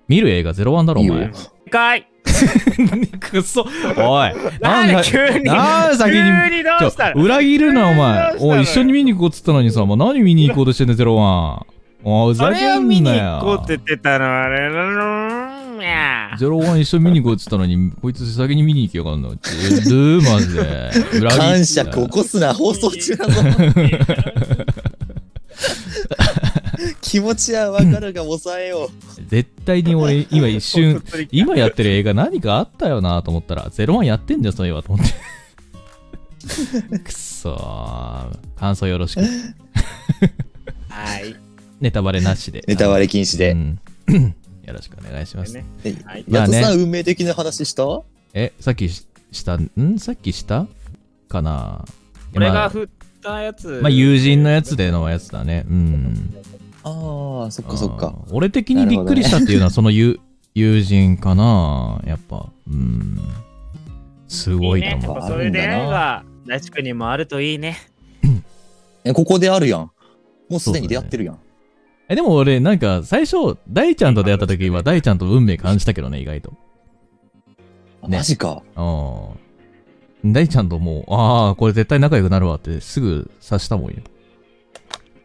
A: 見る映画01だろ、お
C: いい
A: 前
C: よ。
B: でか い
A: くそ。おい。
B: なん
A: な
B: で
A: ん
B: 急に
A: なんで先に
B: 急にどう
A: ちょ
B: したの
A: 裏切るな、
B: ど
A: お
B: う。
A: 前
B: したの
A: おい、一緒に見に行こうっつったのにさ、もう何見に行こうとしてんだ、01。おい、ふ
B: そ
A: ざ
B: れ
A: け
B: を
A: ん
B: 見に
A: な
B: 行こうって
A: よ。
B: 言ってたのはあれうんいや
A: 01一緒に見に行こうっつったのに、こいつ先に見に行きやがんの。ちゅうーマジで。 裏切っ
C: 感触起こすな、放送中だぞ。 気持ちはわかるが抑え よ
A: 絶対に俺、今一瞬、
B: 本当 に
A: 今やってる映画何かあったよなと思ったら、01やってんじゃん、そういえばと思 って。くそー。感想よろしく。
B: はい
A: ネタバレなしで。
C: う。ネタバレ禁止
A: う
C: で。
A: ん よろしくお願いします。
B: ね
C: で
B: はい
A: ま
C: や
A: あ
C: っと
A: ね
C: さ、運命的な話した
A: え、さっきしした、んさっきしたかな
B: これ
A: ま
B: が
A: あ
B: 振ったやつ
A: まあ、友人のやつでのやつだね。うん。
C: ああ、そっかそっか。
A: あー。俺的にびっくりしたっていうのは、その友友人かなやっぱ。うん。すごいと
B: ね
A: 思う。
B: やっぱそういう出会いが大地区にもあるといい ね
C: え、ここであるやん。もうすでに出会ってるやん。
A: え、でも俺、なんか、最初、大ちゃんと出会った時は、大ちゃんと運命感じたけどね、意外と。
C: あ
A: ね
C: マジか。
A: うん。大ちゃんともう、ああ、これ絶対仲良くなるわって、すぐ察したもんよ。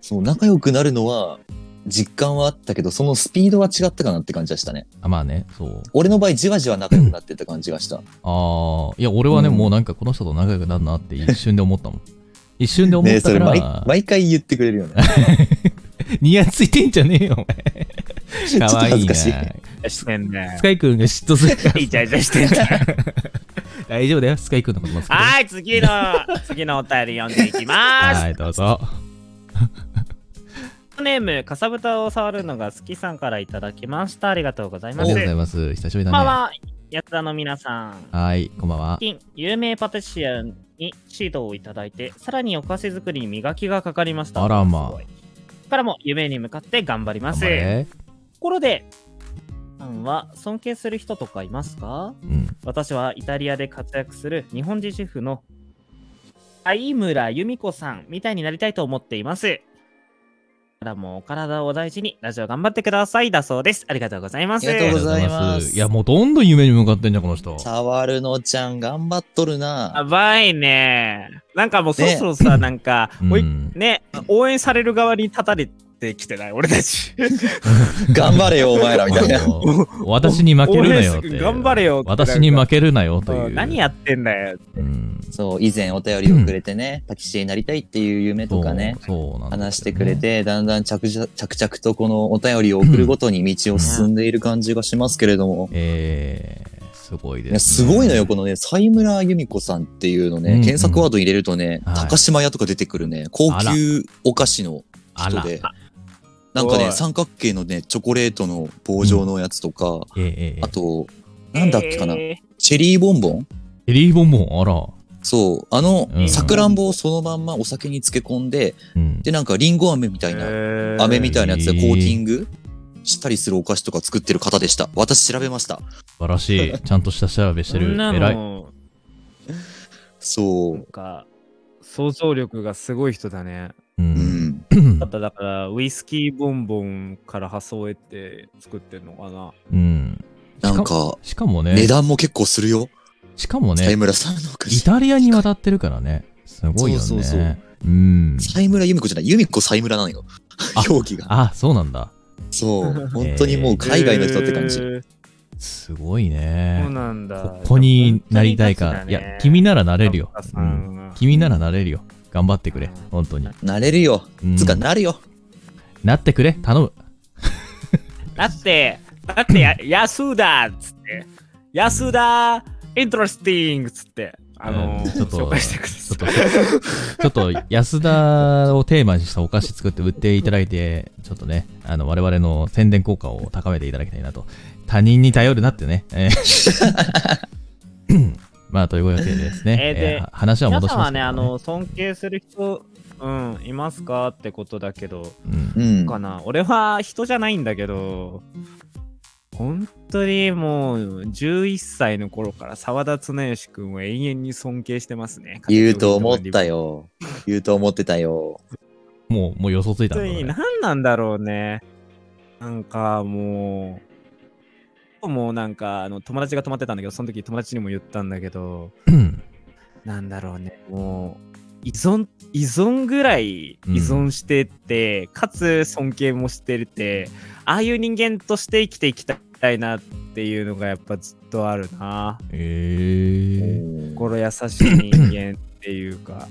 C: そう、仲良くなるのは、実感はあったけど、そのスピードは違ったかなって感じがしたね。
A: あまあね、そう。
C: 俺の場合、じわじわ仲良くなってった感じがした。
A: ああ、いや、俺はね、
C: うん
A: もうなんかこの人と仲良くなるなって一瞬で思ったもん。一瞬で思
C: ね
A: っ
C: え、
A: た
C: そ
A: か
C: れ
A: ら、
C: 毎、毎回言ってくれるよね。
A: ニヤついてんじゃねえよ、お
C: ちょ
A: 前。か
C: っと
A: わい
C: 恥
A: い
C: ず
A: な。
C: かし
A: ス
C: い。
B: してんね
A: カイ君が嫉妬するから。
B: イチャイチャしてん ね
A: 大丈夫だよ、スカイ君のことも好きだよ
B: はい次の次のお便り読んでいきます
A: はい、どうぞ。
B: ネームかさぶたを触るのが好きさんからいただきましたありがとうござい
A: あ
B: ま
A: り
B: す
A: がと
B: こ
A: うんございます。久しぶりだ
B: ばん
A: ね。
B: はやつらの皆さん
A: はい、こんばんは。
B: 最近有名パティシエに指導をいただいてさらにお菓子作りに磨きがかかりました
A: あらまあ
B: すごいこれからも夢に向かって頑張りま
A: 頑
B: す
A: 張れ。
B: ところでさんは尊敬する人とかいますか
A: うん。
B: 私はイタリアで活躍する日本人主婦の相村由美子さんみたいになりたいと思っています。からもお体をお大事にラジオ頑張ってくださいだそうです。ありがとうございます。
C: ありがとうござい
A: あ
C: ます
A: りがとうございますいや、もうどんどん夢に向かってんじゃん、この人。
C: 触るのちゃん、頑張っとるな。
B: やばいね。なんかもうそろそろさ、なんか、
A: う
B: おい
A: ん。
B: ね、応援される側に立たれってきてない、俺たち。
C: 頑 張れよ、お前ら、みたいな。
A: 私に負けるなよっていう。
B: 頑張れよって
A: 私に負けるなよという。
B: 何やってんだよ。
A: うん
C: そう、以前お便りをくれてね、パティシエになりたいっていう夢とかね、
A: そうなんですよね
C: 話してくれて、だんだん着々着々とこのお便りを送るごとに道を進んでいる感じがしますけれども。
A: えー、すごいです、
C: いやすごいのよ、このね、西村由美子さんっていうのね、
A: うんうん
C: 検索ワード入れるとね、
A: はい
C: 高島屋とか出てくるね、高
A: あら
C: 級お菓子の
A: あ
C: 人
A: ら。
C: で、なんか
B: お
C: ね、
B: い
C: 三角形のね、チョコレートの棒状のやつとか、
A: えー、えー、え
C: あ
A: ー。
C: と、なんだっけかな、
B: え
C: チェリーボンボン
A: エリーボンボン、あら。
C: そう、あの
A: う、ん
C: さくらんぼをそのまんまお酒に漬け込んで、
A: うん。
C: で、なんかリンゴ飴みたいな、
B: ー
C: 飴みたいなやつでコーティングしたりするお菓子とか作ってる方でした。私調べました。
A: 素晴らしい。ちゃんとした調べして
B: そん
A: る。
B: な
A: 偉い。
B: の、
C: そ
B: なんか、想像力がすごい人だね。
A: う。
C: う。うんん。
B: だっただから、ウイスキーボンボンから発想を得て作ってんのかな。
A: うん。
C: なんか、
A: しかも
C: 値
A: ね、
C: 段も結構するよ。
A: しかもね
C: 西、村さんのお菓
A: イ
C: 子。
A: タリアに渡ってるからね。すごいよね。。
C: そうそうそうん西村由美子じゃない、由美子西村なのよ
A: あ。
C: 表記が。
A: あ、そうなんだ。
C: そう。本当にもう海外の人って感じ
B: へ。ー
A: すごい
B: そう
A: ね。
B: なんだ。
A: ここになりたいか。いや、君ならな
B: な
A: れるよ。うん君ならなれるよ。頑張ってくれ。本当に。
C: なれるよ。
A: うん
C: つうか、なるよ。
A: なってくれ。頼む。
B: だって、だってや、安だっつって、安だイントラスティングっつって、あの
A: うん
B: ー、
A: ちょっと
B: 紹介してくだ
A: ちょっ
B: さ
A: と、ちょっと安田をテーマにしたお菓子作って売っていただいて、ちょっとね、あの、我々の宣伝効果を高めていただきたいなと。他人に頼るなってね。えー まあ、というわけでですね、
B: えーで
A: えー話
B: い。
A: は
B: 皆
A: 戻し
B: さん
A: ます
B: は
A: け
B: ね、
A: ど
B: あの、尊敬する人、うん、いますかってことだけど、
A: うん
C: うん。
B: かな。俺は人じゃないんだけど、本当にもう11歳の頃から沢田恒義君を永遠に尊敬してますね。
C: 言うと思った。よ。言うと思ってたよ。
A: もう、もう予想ついた
B: 本
A: ん
B: 当
A: だ
B: に
A: ね。
B: 何なんだろうね。なんかもう、もうなんかあの友達が泊まってたんだけど、その時友達にも言ったんだけど、
A: うん
B: なんだろうね、もう依存、依存ぐらい依
A: うん
B: 存してって、かつ尊敬もしてるって、ああいう人間として生きていきたいなっていうのがやっぱずっとあるな。
A: えー、
B: 心優しい人間っていうか、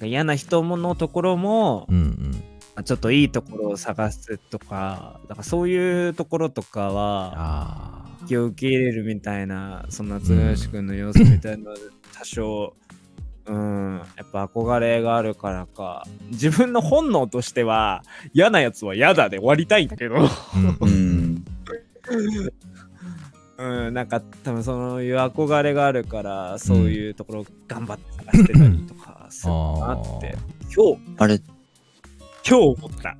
B: うん、嫌な人ものところも、
A: うんうん。
B: まあちょっといいところを探すとか、だからそういうところとかは、
A: ああ。
B: 気を受け入れるみたいな、その夏吉君の様子みたいなのは多少、うん、やっぱ憧れがあるからか、自分の本能としては、嫌なやつは嫌だで終わりたいんだけど、
A: うんう
C: うんん。
B: うん、なんか多分そういう憧れがあるから、そういうところを頑張って探してたりとかするなって、今日、
C: あれ、
B: 今日思った。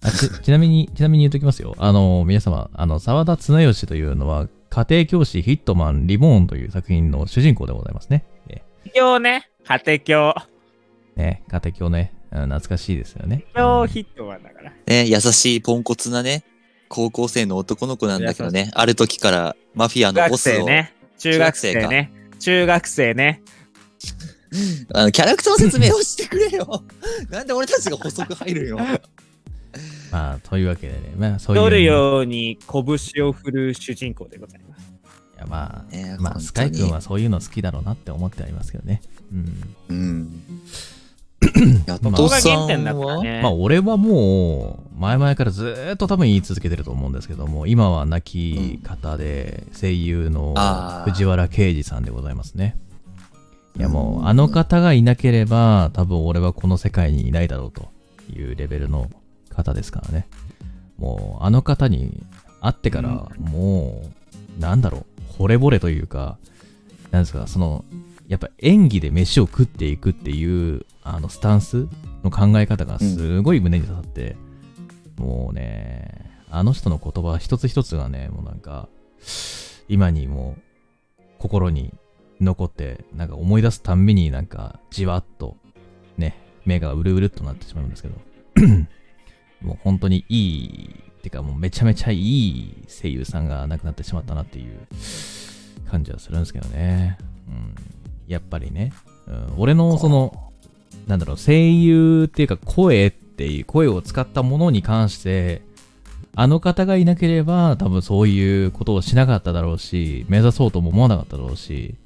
A: あちちなみに、ちなみに言っときますよ。あの、皆様、あの、沢田綱吉というのは、家庭教師ヒットマンリボーンという作品の主人公でございますね。え
B: 今日ね、果て今日、
A: ね、家庭教ね、うん懐かしいですよね。
B: 今日ヒットマンだから。
C: ね、優しいポンコツなね、高校生の男の子なんだけどね、ある時からマフィア
B: 中
C: のボ
B: 学
C: ス
B: 生
C: を、
B: ね。中学生ね。中学生ね。
C: あのキャラクターの説明をしてくれよ。 なんで俺たちが補足入るよ。
A: うんまあ、というわけでね、まあ、そういう、
B: 取るように拳を振る主人公でございます。
A: いやまあ、
C: ね
A: まあ、スカイ君は。そういうの好きだろうなって思ってありますけどね。うん。
C: 本当にうん。やっ
A: ま
B: こ
A: あ
C: と
B: こが
C: さ
B: 原
C: ん
B: 点だから
C: は、
B: ね。
A: まあ、俺はもう、前々からずーっと多分言い続けてると思うんですけども、今は亡き方で、声優の
C: あー
A: 藤原啓治さんでございますね。いやも
C: う
A: う、
C: ん
A: あの方がいなければ、多分俺はこの世界にいないだろうというレベルの方ですからね。もう、あの方に会ってから、もう、なんだろう、惚れ惚れというか、なんですか、その、やっぱ演技で飯を食っていくっていう、あの、スタンスの考え方がすごい胸に刺さって、もうね、あの人の言葉一つ一つがね、もうなんか、今にも心に残って、なんか思い出すたんびになんかじわっとね、目がうるうるっとなってしまうんですけど、 もう本当にいい、てかもうめちゃめちゃいい声優さんが亡くなってしまったなっていう感じはするんですけどね。うん、やっぱりね、うん、俺のその、なんだろう、声優っていうか声っていう声を使ったものに関して、あの方がいなければ、多分そういうことをしなかっただろうし、目指そうとも思わなかっただろうし、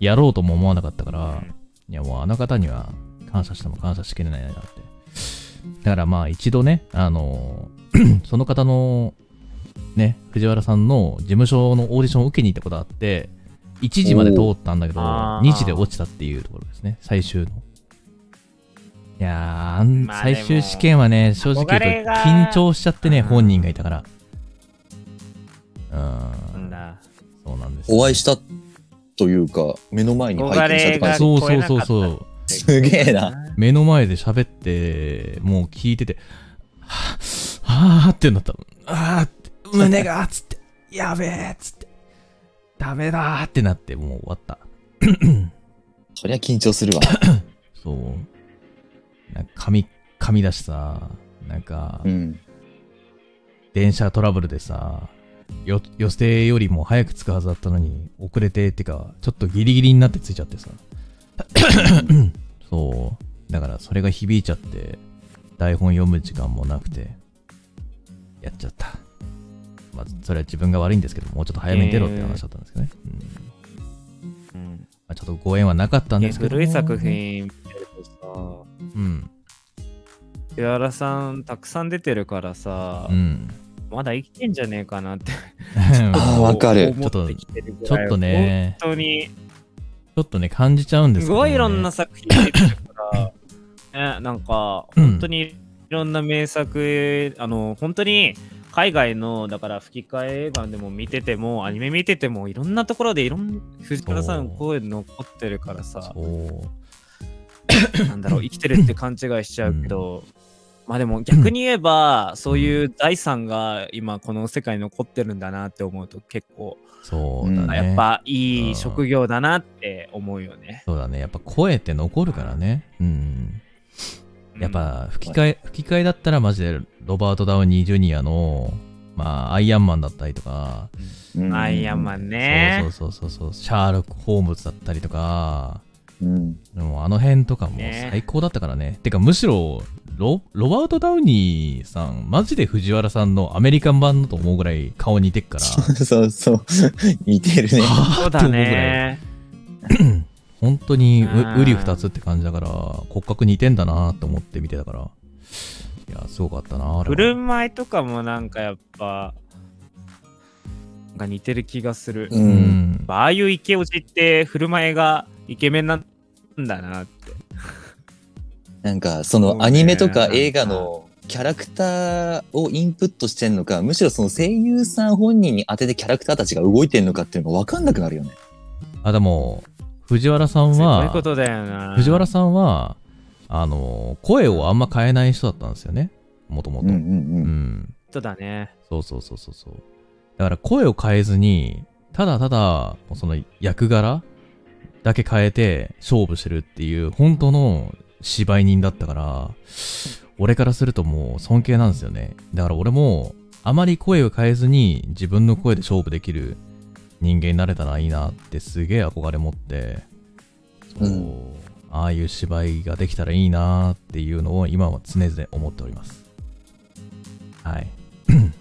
A: やろうとも思わなかったから、いやもうあの方には感謝しても感謝しきれないなって。だからまあ一度ね、あの、 その方の、ね、藤原さんの事務所のオーディションを受けに行ったことあって、1時まで通ったんだけど、
B: おーあ
A: 2
B: ー
A: 時で落ちたっていうところですね、最終の。いやーあん、
B: まあでも
A: 最終試験はね、正直言うと
B: 憧れが
A: 緊張しちゃってね、
B: うん
A: 本人がいたから。うー
B: なん
A: ん、
B: だ。
A: そうなんですよ、
C: お会いしたというか、目の前に拝見したって感
B: た
C: じ。
A: そうそうそう
B: 聞こえ
A: そ
B: な
A: う。
C: すげえな。
A: 目の前で喋ってもう聞いててはぁはぁってなったのあーって胸がっつってやべえっつってダメだーってなってもう終わった
C: そりゃ緊張するわ。
A: そうなんか髪髪だしさなんか
C: うん。
A: 電車トラブルでさよ予定よりも早く着くはずだったのに遅れてってかちょっとギリギリになって着いちゃってさそうだからそれが響いちゃって台本読む時間もなくてやっちゃったまあそれは自分が悪いんですけどもうちょっと早めに出ろって話だったんですけどね、うんま
B: うん
A: あ、ちょっとご縁はなかったん
B: いや
A: ですけど
B: 古い作品見てるとさ、
A: うん
B: 藤原さんたくさん出てるからさ、
A: うん
B: まだ生きてんじゃねえかなって。
C: あーわかる
B: 思ってきてるぐ
A: ちょ
B: らい
A: っと。ね
B: 本当に、
A: ちょっとね感じちゃうんです
B: す
A: けどね
B: ごいいろんな作品出てる から、ね、なんか、
A: うん
B: 本当にいろんな名作、あの、本当に、海外のだから吹き替え映画でも見ててもアニメ見ててもいろんなところでいろん藤原さんの声残ってるからさ
A: そう
B: なんだろう生きてるって勘違いしちゃうけど、まあでも逆に言えば、そういう財産が今この世界に残ってるんだなって思うと結構、
A: そうだね、
C: うん
B: やっぱい
A: うん
B: い職業だなって思うよね。
A: そうだねやっぱ声って残るからねうんやっぱ吹き替え、吹き替えだったらマジでロバート・ダウニー・ジュニアのまあアイアンマンだったりとか、
B: うんアイアンマ
C: ン。
B: ンね。
A: そうそうそうそうそうシャーロック・ホームズだったりとか
C: うん。
A: でもあの辺とかも
B: ね
A: 最高だったからねてかむしろロロバート・ダウニーさんマジで藤原さんのアメリカン版だと思うぐらい顔似てっから
C: そうそう。似てる ね。
A: は
B: そ
A: ぁ
B: う
A: って思
B: だ
A: うぐらい
B: ね。
A: 本当にう
B: うん
A: うり二つって感じだから骨格似てんだなと思って見てたからいやすごかったなあれは
B: 振る舞いとかもなんかやっぱ、なんか似てる気がする。
C: う。
A: うんん
B: ああいうイケオジって振る舞いがイケメンなんだなって。
C: なんか、そのアニメとか映画のキャラクターをインプットしてんのか、むしろその声優さん本人に当ててキャラクターたちが動いてんのかっていうのがわかんなくなるよね。
A: あでも藤原さん
B: すごい
A: は
B: ことだよな。
A: 藤原さんはあの声をあんま変えない人だったんですよねもとも
C: うん
A: と
C: う
A: うん
C: うん。
A: ん
B: そうだね。
A: そうそうそうそうそうだから声を変えずにただただその役柄だけ変えて勝負してるっていう本当の芝居人だったから俺からするともう尊敬なんですよねだから俺もあまり声を変えずに自分の声で勝負できる人間になれたらいいなってすげえ憧れ持ってそう、
C: うん
A: ああいう芝居ができたらいいなっていうのを今は常々思っておりますはい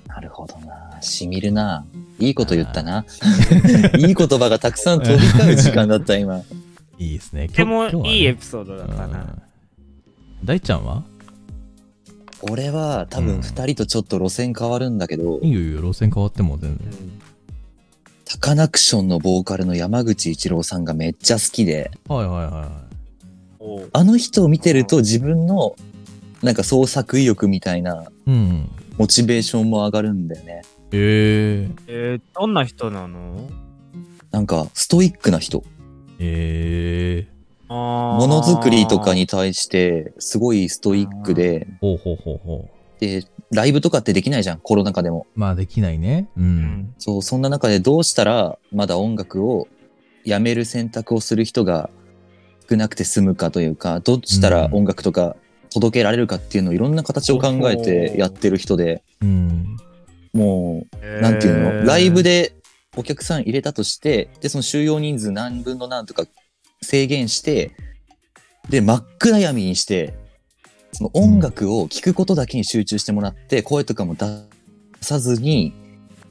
C: なるほどな。しみるな。いいこと言ったな。 いい言葉がたくさん飛び交う時間だった、今。
A: いいですね。と
B: とてもいいエ
A: ソ
B: ピソードだったな。。
A: うん大ちゃんは
C: 俺は多
A: うん
C: 分二人とちょっと路線変わるんだけど、
A: いいよいいよ、路線変わっても全然。
C: タカナクションのボーカルの山口一郎さんがめっちゃ好きで、
A: はいはいはいは。
B: おう
C: あの人を見てると自分のなんか創作意欲みたいない
A: うん。
C: モチベーションも上がるんだよね。
A: えー、
B: えーどんな人なの
C: なんかストイックな人。
A: え
B: も
C: ものづくりとか。に対してすごいストイックで、
A: ー、ほうほうほうほ
C: で、ライブとかってできないじゃん、コロナ禍でも。
A: う。まあできないね。う。
B: うんん
C: そう、そんな中でどうしたらまだ音楽をやめる選択をする人が少なくて済むかというか、どうしたら音楽とか届けられるかっていうのをいろんな形を考えてやってる人で、
A: うん。
C: もう、なんていう
B: え
C: の、
B: ー
C: ライブでお客さん入れたとして、で、その収容人数何分の何とか制限して、で、真っ暗闇にして、その音楽を聴くことだけに集中してもらって、声とかも出さずに、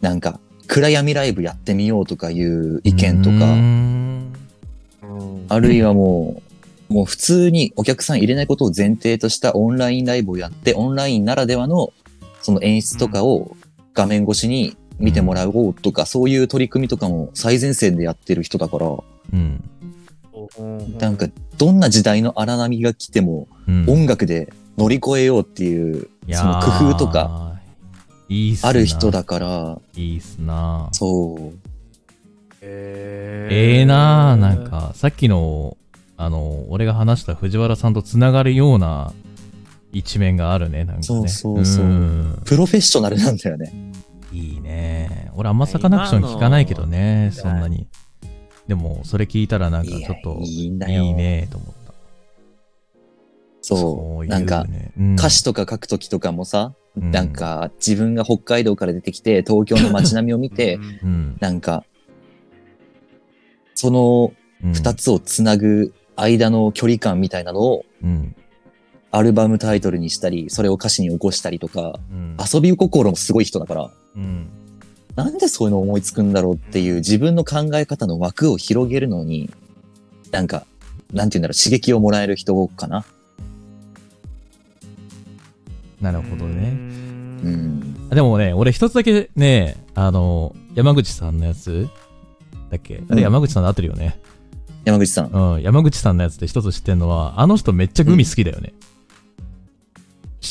C: なんか、暗闇ライブやってみようとかいう意見と
A: うー
C: か、
A: ん
B: うん
C: あるいはもう、もう普通にお客さん入れないことを前提としたオンラインライブをやって、オンラインならではのその演出とかを画面越しに見てもらおうとか、そういう取り組みとかも最前線でやってる人だから、
A: うん
C: なんかどんな時代の荒波が来ても
A: うん
C: 音楽で乗り越えようっていう、
A: いや
C: その
A: ー
C: 工夫とか
A: いいっすな
C: ある人だから、
A: いいっすな
C: そう。
A: え
B: え
A: えなあなんかさっきのあの俺が話した藤原さんとつながるような一面があるねなんかね
C: そうそうそうんプロフェッショナルなんだよね。
A: いいね俺あんまサカナクション聞かないけどねそ
B: 今の
A: んなにでもそれ聞いたらなんか
C: い
A: ち
C: や
A: ょっとい
C: いいんだよ。
A: いねと思った
C: そう。
A: い
C: なんか、
A: ね
C: 歌詞とか書くときとかもさ、
A: う
C: なんか自分が北海道から出てきて東京の街並みを見て、
A: うん
C: なんかその
A: うん
C: 2つをつなぐ間の距離感みたいなのを
A: うん
C: アルバムタイトルにしたりそれを歌詞に起こしたりとか
A: うん
C: 遊び心もすごい人だから
A: うん
C: なんでそういうの思いつくんだろうっていう自分の考え方の枠を広げるのになんかなんて言うんだろう刺激をもらえる人かな。
A: なるほどね
C: うん、
A: あでもね、俺一つだけね、あの、山口さんのやつだっけ、あ
C: うん
A: れ山口さんで合ってるよね。
C: 山口さん。
A: うん、山口さんのやつで一つ知ってるのは、あの人めっちゃグミ好きだよね。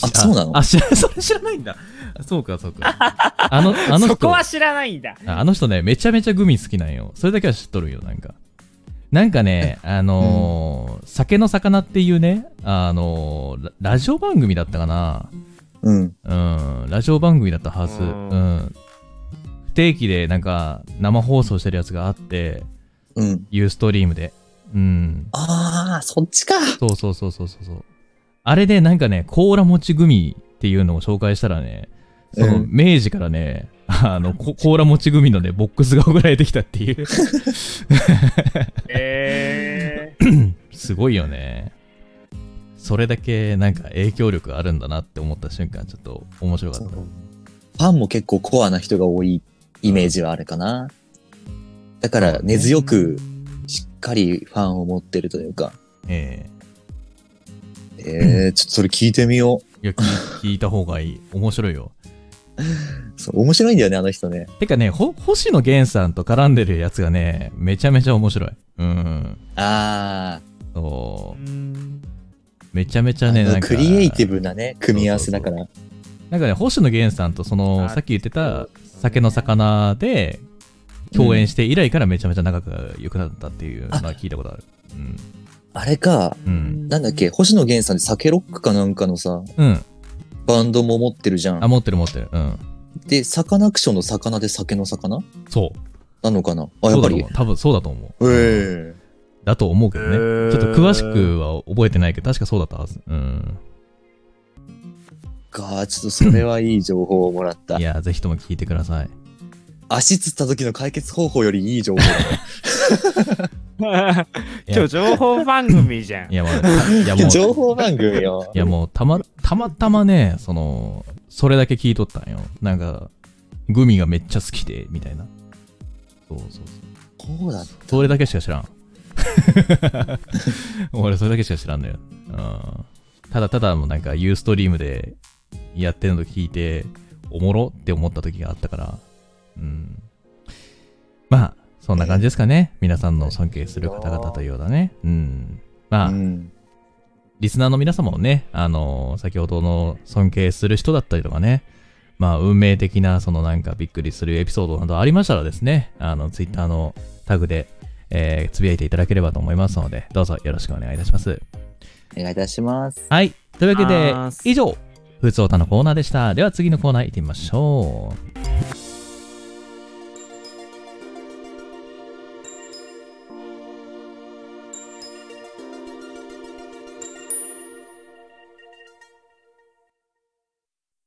C: あそうなの
A: あ、知ら、 それ知らないんだ。そうか、そうか。あの、あの
B: そこ
A: 人、
B: は
A: あ
B: 知らないんだ。
A: あの人ね、めちゃめちゃグミ好きなんよ。それだけは知っとるよ、なんか。なんかね、あのー酒の魚っていうね、あのーララジオ番組だったかな。
C: うん。
A: うん、ラジオ番組だったはず。う
B: うん
A: ん。不定期でなんか生放送してるやつがあって、
C: うん。
A: ユーストリームで。うん。
C: ああ、そっちか。
A: そうそうそうそうそうそう。あれでなんかね、コーラ餅グミっていうのを紹介したらね、その
C: うん
A: 明治からね、 あのココーラ餅グミのね、ボックスが送られてきたっていう。
B: え
A: すごいよね。それだけなんか影響力あるんだなって思った瞬間、ちょっと面白かった。
C: ファンも結構コアな人が多いイメージはあるかな。だから根強くしっかりファンを持ってるというか。
A: ええ
C: えー、ちょっとそれ聞いてみよう。
A: いや聞い聞 いた方がいい。面白いよ。
C: そう面白いんだよね、あの人ね。
A: てかね、ほ星野源さんと絡んでるやつがね、めちゃめちゃ面白い。うん。
C: あ
A: そ
B: ー。
A: う。めちゃめちゃ
C: ー、
A: ね、
C: あ
A: なん
C: の
A: か。
C: クリエイティブなね、組み合わせだから。
A: なんかね、星野源さんとその、
B: あ
A: さっき言ってた
B: そう、
A: 酒の魚で共演して以来からめちゃめちゃ仲が良くなったっていうのは聞いたことある。うん。
C: あれか、
A: うん。
C: なんだっけ、星野源さんで酒ロックかなんかのさ、
A: うん。
C: バンドも持ってるじゃ
A: あ、
C: ん。
A: 持ってる持ってる。うん。
C: で、サカナクションの魚で酒の魚
A: そう。
C: なのかなあ、や
A: そ
C: っ
A: うだと
C: ぱり
A: 思う。。多分そうだと思う。
C: え
A: だと思うけどね。
B: へ
A: ちょ
B: ー
A: っと詳しくは覚えてないけど、確かそうだったはず。うん。
C: ー、かちょっとそれはいい情報をもらった
A: い。や、ぜひとも聞いてください。
C: 足つった時の解決方法よりいい情報だね
B: 今日情報番組じゃん
A: い。や、まあ、いや もう。
C: 情報番組よ
A: い。やもうたまたまたまねそのそれだけ聞いとったんよなんかグミがめっちゃ好きでみたいなそうそうそ
C: こうだ
A: う。それだけしか知らん俺それだけしか知らんのよ、うん、ただただもうなんかユーストリームでやってるの聞いておもろって思った時があったからうんまあそんな感じですかね皆さんの尊敬する方々というようだねうんまあ、
C: うん。
A: リスナーの皆様もね、あのー先ほどの尊敬する人だったりとかね、まあ、運命的な、そのなんかびっくりするエピソードなどありましたらですね、あの、ツイッターのタグで、えーつぶやいていただければと思いますので、どうぞよろしくお願いいたします。
C: お願いいたします。
A: はい。というわけで
B: あー、す
A: 以上、ふつおたのコーナーでした。では次のコーナー行ってみましょう。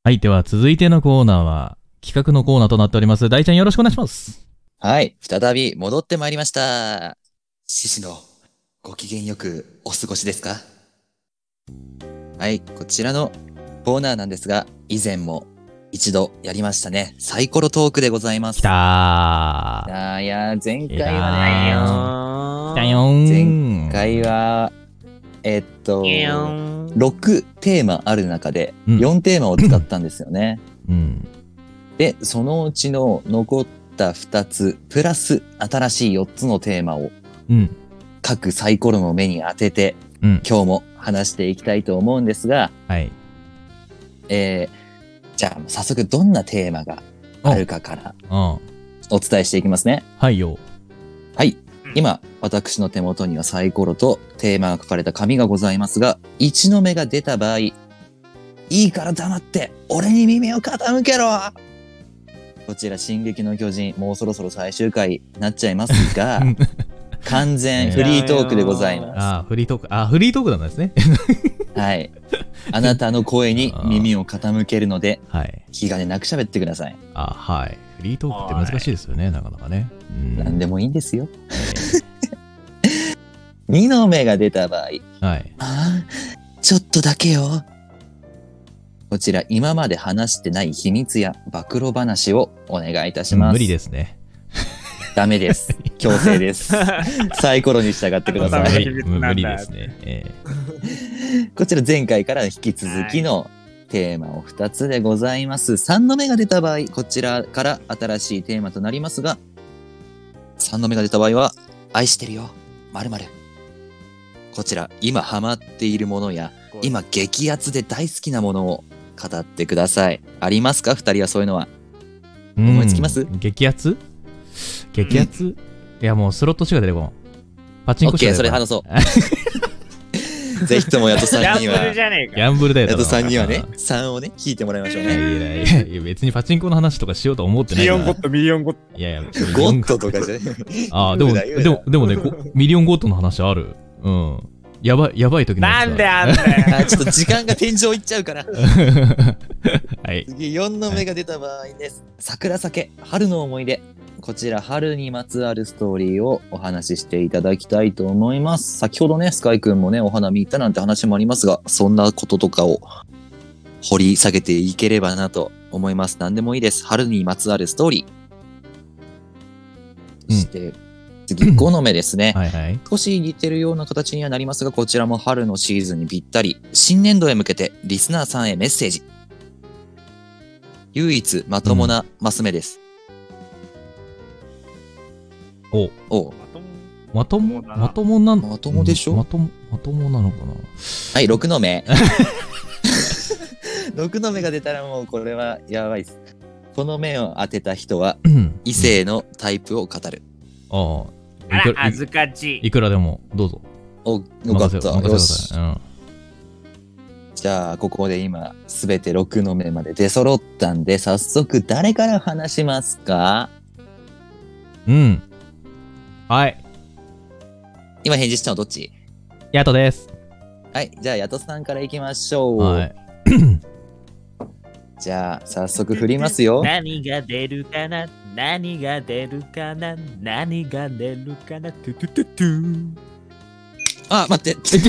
A: はい。では続いてのコーナーは、企画のコーナーとなっております。大ちゃんよろしくお願いします。
C: はい。再び戻ってまいりました。獅子のご機嫌よくお過ごしですかはい、こちらのコーナーなんですが、以前も一度やりましたね。サイコロトークでございます。
A: きたー。
C: あーいやー、前
A: い
C: 回
A: いな
C: はね、
A: きたよー。
C: 前回は、えっと、
B: いいよ
C: 6
B: ん
C: テーマある中で、
A: うん
C: 4テーマを使ったんですよね。
A: うん。
C: で、そのうちの残った2つ、プラス新しい4つのテーマを
A: うん。
C: 各サイコロの目に当てて、
A: うん。
C: 今日も話していきたいと思うんですが、
A: はい。
C: えーじゃあ早速どんなテーマがあるかから
A: うん。
C: お伝えしていきますね。
A: はいよ。
C: はい
B: うん。
C: 今、私の手元にはサイコロとテーマが書かれた紙がございますが、1の目が出た場合、いいから黙って、俺に耳を傾けろこちら、進撃の巨人、もうそろそろ最終回になっちゃいます が
A: うん、
C: 完全フリートークでございま
A: あーフリートーク。あーフリートークなんですね。
C: す。はい。あなたの声に耳を傾けるので、
A: はい。
C: 気兼ねなく喋ってください。
A: あはい。フリートークって難しいですよね、なかなかね。うん。
C: 何でもいいんですよ。2の目が出た場合、
A: はい。
C: ああ、ちょっとだけよ。こちら、今まで話してない秘密や暴露話をお願いいたします。。
A: 無理ですすね。
C: ダ メです。強制です。サイコロに従ってくださ
B: ダメ
C: い。
B: です
A: 無無理ですね。え
C: こちら、前回から引き続きのテーマを2つでございます。3の目が出た場合、こちらから新しいテーマとなりますが、3の目が出た場合は、愛してるよ。まるまる。こちら、今ハマっているものや、 今激アツで大好きなものを語ってくださいありますか二人はそういうのは
A: ーうん
C: 思いつきます
A: 激アツ激アツいや、もうスロットしか出てこん。パチンコしか
C: OK
A: 出
C: そ
A: て
C: れ
A: こん
C: 話。そうぜひともやとさん
B: ャン
C: に
B: プル
C: は
B: じゃねえ
A: ギ
B: か。
A: ャンブルだよ。
C: やとさんには
A: あ
C: ね
A: ー
C: 3をね引いてもらいましょう
A: いや
C: ね
A: いやいやいや、別にパチンコの話とかしようと思ってないから。
B: ト、ミリオンゴッ ト。
A: いやいや、ミリオ
C: ゴ
A: ン
C: ッドとかじゃね
A: ああ、でも、
C: 言うな言うな
A: でも、でもね、こミリオンゴッドの話ある。うん。やばい、やばい時のや
B: な
A: つ
B: んであんだよ。
C: あちょっと時間が天井いっちゃうから
A: はい。
C: 次4の目が出た場合です桜酒春の思い出こちら春にまつわるストーリーをお話ししていただきたいと思います先ほどねスカイくんもねお花見行ったなんて話もありますがそんなこととかを掘り下げていければなと思います何でもいいです春にまつわるストーリ
A: う
C: ー
A: ん
C: そして、次5の目ですね、
A: はいはい。
C: 少し似てるような形にはなりますが、こちらも春のシーズンにぴったり、新年度へ向けてリスナーさんへメッセージ。唯一まともなマス目です。
A: お、
C: おう
A: まとも、
B: まともだな
A: まともなん
C: まともでしょ
A: うんまとも、まともなのかな
C: はい、6の目。6の目が出たらもうこれはやばいです。この目を当てた人は
A: うん
C: 異。性のタイプを語る。
A: ああ。
B: あ
A: いく
B: ら、
A: ら、
B: あ
A: い
B: ずかち
A: い。くらでも、どうぞ。
C: お、よかっ
A: 任せ任せ
C: た。
A: て
C: よ
A: くだ
C: し
A: さい。。うん。
C: じゃあ、ここで今、すべて6の目まで出揃ったんで、早速誰から話しますか
A: うん。はい。
C: 今返事したのどっち
A: ヤトです。
C: はい、じゃあ、ヤトさんから行きましょう。
A: はい。
C: じゃあ、早速振りますよ。
B: 何が出るかな何が出るかな何が出るかなトゥトゥトゥトゥ
C: あ、待って。
A: ちょっ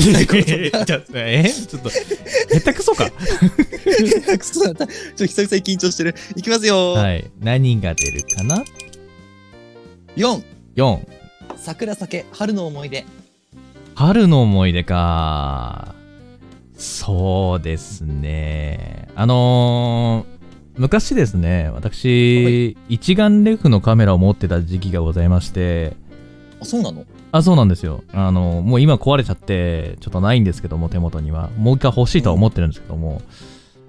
A: とえちょっと、下手く そか。
C: クソだった。ちょっと久々に緊張してる。いきますよ。
A: はい。何が出るかな
C: 4、
A: ?4。
C: 桜酒、春の思い出。
A: 春の思い出か。そうですね。あのー昔ですね、私、一眼レフのカメラを持ってた時期がございまして、
C: あ、そうなの
A: あ、そうなんですよ。あの、もう今壊れちゃって、ちょっとないんですけども、手元には。もう一回欲しいとは思ってるんですけども、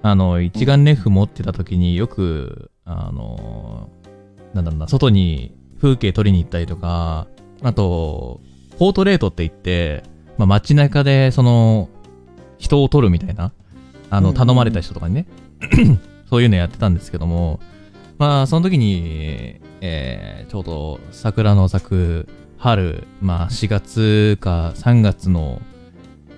A: あの、一眼レフ持ってた時によく、あの、なんだろうな、外に風景撮りに行ったりとか、あと、ポートレートって言って、まあ、街中で、その、人を撮るみたいな、あの、
C: うんうんうん
A: 頼まれた人とかにね、 そういうのやってたんですけども、まあ、その時に、えーちょうど桜の咲く春、まあ、4月か3月の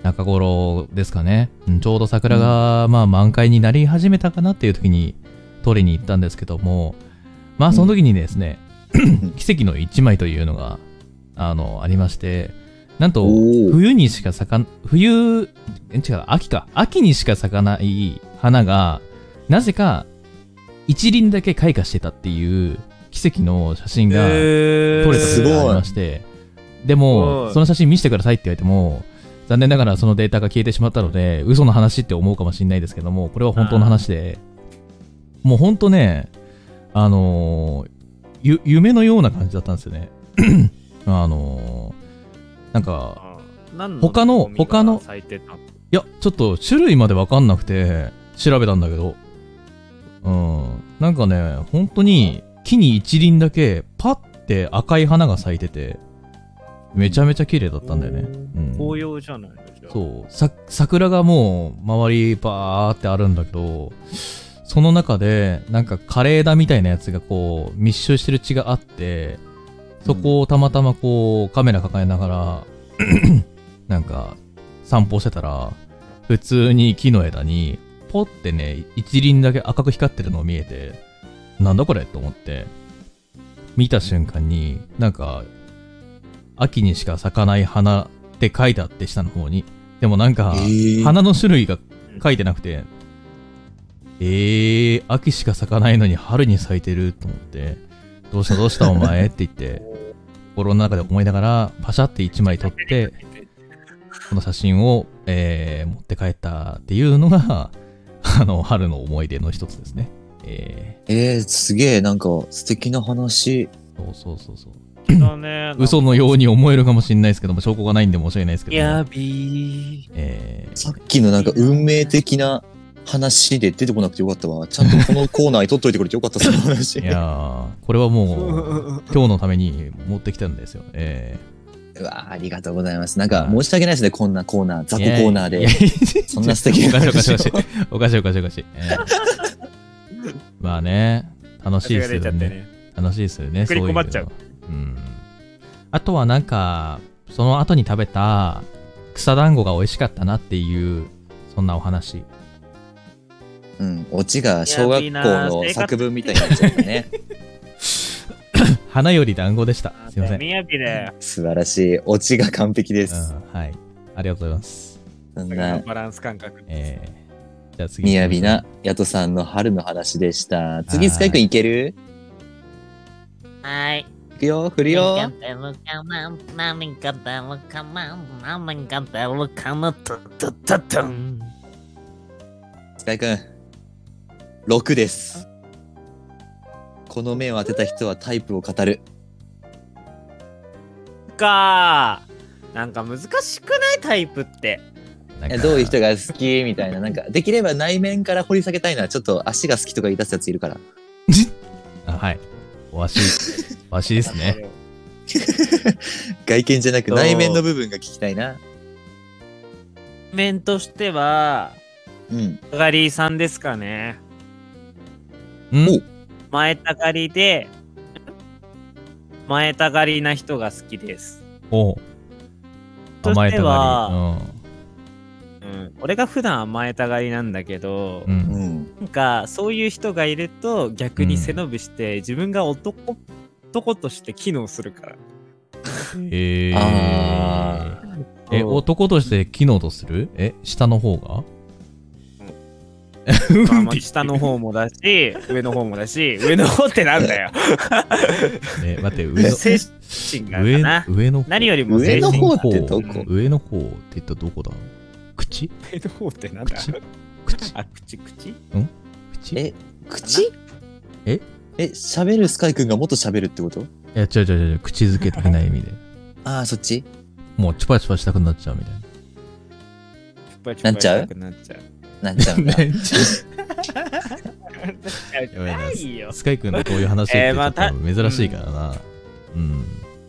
A: 中頃ですかね、うんちょうど桜が、まあ、満開になり始めたかなっていう時に撮りに行ったんですけども、まあ、 その時にですね、奇跡の一枚というのが、あの、ありまして、なんと
C: おー
A: 冬にしか咲かん冬え違う秋か秋にしか咲かない花がなぜか一輪だけ開花してたっていう奇跡の写真が撮れた
C: す
A: 時
C: ごい
A: がありまして、でも
B: はい
A: その写真見せてくださいって言われても残念ながらそのデータが消えてしまったので嘘の話って思うかもしれないですけどもこれは本当の話でもう本当ねあのーゆ夢のような感じだったんですよね あのーなんか
B: 何
A: 他の
B: ゴミが
A: 他の
B: 咲いてたの
A: いや、ちょっと種類までわかんなくて、調べたんだけど。うん。なんかね、本当に木に一輪だけ、パッて赤い花が咲いてて、めちゃめちゃ綺麗だったんだよね。うん。
B: 紅葉じゃないのじゃあ
A: そう。さ、桜がもう、周りバーってあるんだけど、その中で、なんか枯れ枝みたいなやつがこう、密集してる血があって、そこをたまたまこう、カメラ抱えながら、なんか、散歩してたら、普通に木の枝に、ポってね、一輪だけ赤く光ってるのを見えて、なんだこれと思って、見た瞬間に、なんか、秋にしか咲かない花って書いてあって、下の方に。でもなんか、
C: えー
A: 花の種類が書いてなくて、えー、秋しか咲かないのに春に咲いてると思って、どうしたどうしたお前って言って、心の中で思いながら、パシャって1枚撮って、この写真を、えー持って帰ったっていうのが、 あの、春の思い出の一つですね。え
C: えー、すげえ、なんか素敵な話。
A: ー、そうそうそうそう。
B: だね
A: 嘘のように思えるかもしれないですけども、証拠がないんで申し訳ないですけども、
B: やびー
A: えー
C: さっきのなんか運命的な話で出てこなくてよかったわ。ちゃんとこのコーナーに取っといてくれてよかった、その話。
A: いやー、これは もう、今日のために持ってきたんですよ。え
C: うわあありがとうございます。なんか申し訳ないですね、こんなコーナー、雑魚コーナー
A: ー、い
C: で
A: や。
C: そんな素敵
A: おか
C: な
A: しいおかし
C: 話
A: い
C: を
A: おかしい。おかしいおかしいおかしい。え ーまあね、楽しいです
B: 出ちゃ
A: よ
B: って
A: ね。
B: ね
A: 楽しいですよね、
B: 逆
A: そうい
B: に
A: う
B: 困
A: の
B: っちゃう
A: うん。あとはなんか、その後に食べた草団子が美味しかったなっていう、そんなお話。
C: うん、オチが小学校の作文みたいになっちゃったね。
A: 花より団子でした。すいません。
B: みやびで
C: 素晴らしい。オチが完璧です。
A: うん、はい。ありがとうございます。
C: そんな、
B: バランス感覚
A: えー、じゃあ次。
C: みやびな。ヤトさんの春の話でした。次、スカイくんいける
D: はい。
C: いくよ、振るよ。
D: 何かだろかま、何かだろかま、トゥトゥトゥトゥン。
C: スカイくん。6です。この目を当てた人はタイプを語る。
B: かなんか難しくないタイプって
A: なん
C: え
A: か
C: どういう人が好きみたいな、なんか、できれば内面から掘り下げたいな。ちょっと足が好きとか言い出すやついるから。
A: あはい。わし、わしです ね。
C: 外見じゃなく
B: そう
C: 内面の部分が聞きたいな。
B: 面としては
C: うん。
B: たがりさんですかね
A: うん
C: お
B: 前たがりで前たがりな人が好きです、
A: おう
B: としては
A: 甘え
B: う
A: たが
B: ん、俺が普段甘えたがりなんだけど、
A: り。うん。う。
C: うんん。
B: なんかそういう人がいると逆に背伸びして、自分が男男として機能するから
A: えー、
C: あ
A: え、
B: うん
A: 男として機能とするえ、下の方がう
B: まあ
A: んっ
B: まあ
A: て
B: 下の方もだし上の方もだし上の方ってなんだよ
A: え、待って、上の。
B: 精神が
A: 上
B: か
A: の
B: な
A: 上の方
B: 何よりも
C: 上
B: 精
C: の
B: 神
C: 方ってどこ
A: 上の方って言ったらどこだ口
B: 上の方ってなんだ
A: 口口
B: あ口口
A: 口
C: え、口
A: え
C: え、喋るスカイくんがもっと喋るってこと
A: いや、違う違う違う、口づけ的な意味で。
C: ああ、そっち
A: もうチュパチュパしたくなっちゃうみたいな。
B: な
C: なっちゃう
B: なっちゃう
C: なっちゃうんだ。
A: やばいな
B: ないよ
A: スカイ君のこういう話って
B: え
A: ち
B: ーま
A: ょ
B: あ
A: っと珍しいからな。うん。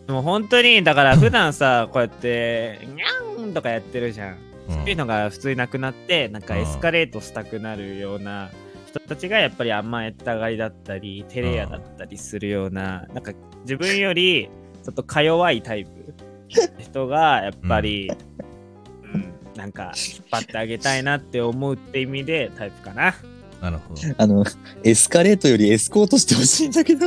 B: でも本当にだから普段さこうやってにゃんとかやってるじゃん
A: うん
B: そういうのが普通になくなってなんか
A: うん
B: エスカレートしたくなるような人たちがやっぱり甘えたがりだったり照れ屋だったりするようななんか自分よりちょっとか弱いタイプ人がやっぱり、うん、なんか引っ張ってあげたいなって思うって意味でタイプかな。
A: なるほど。
C: あの、エスカレートよりエスコートしてほしいんだけど、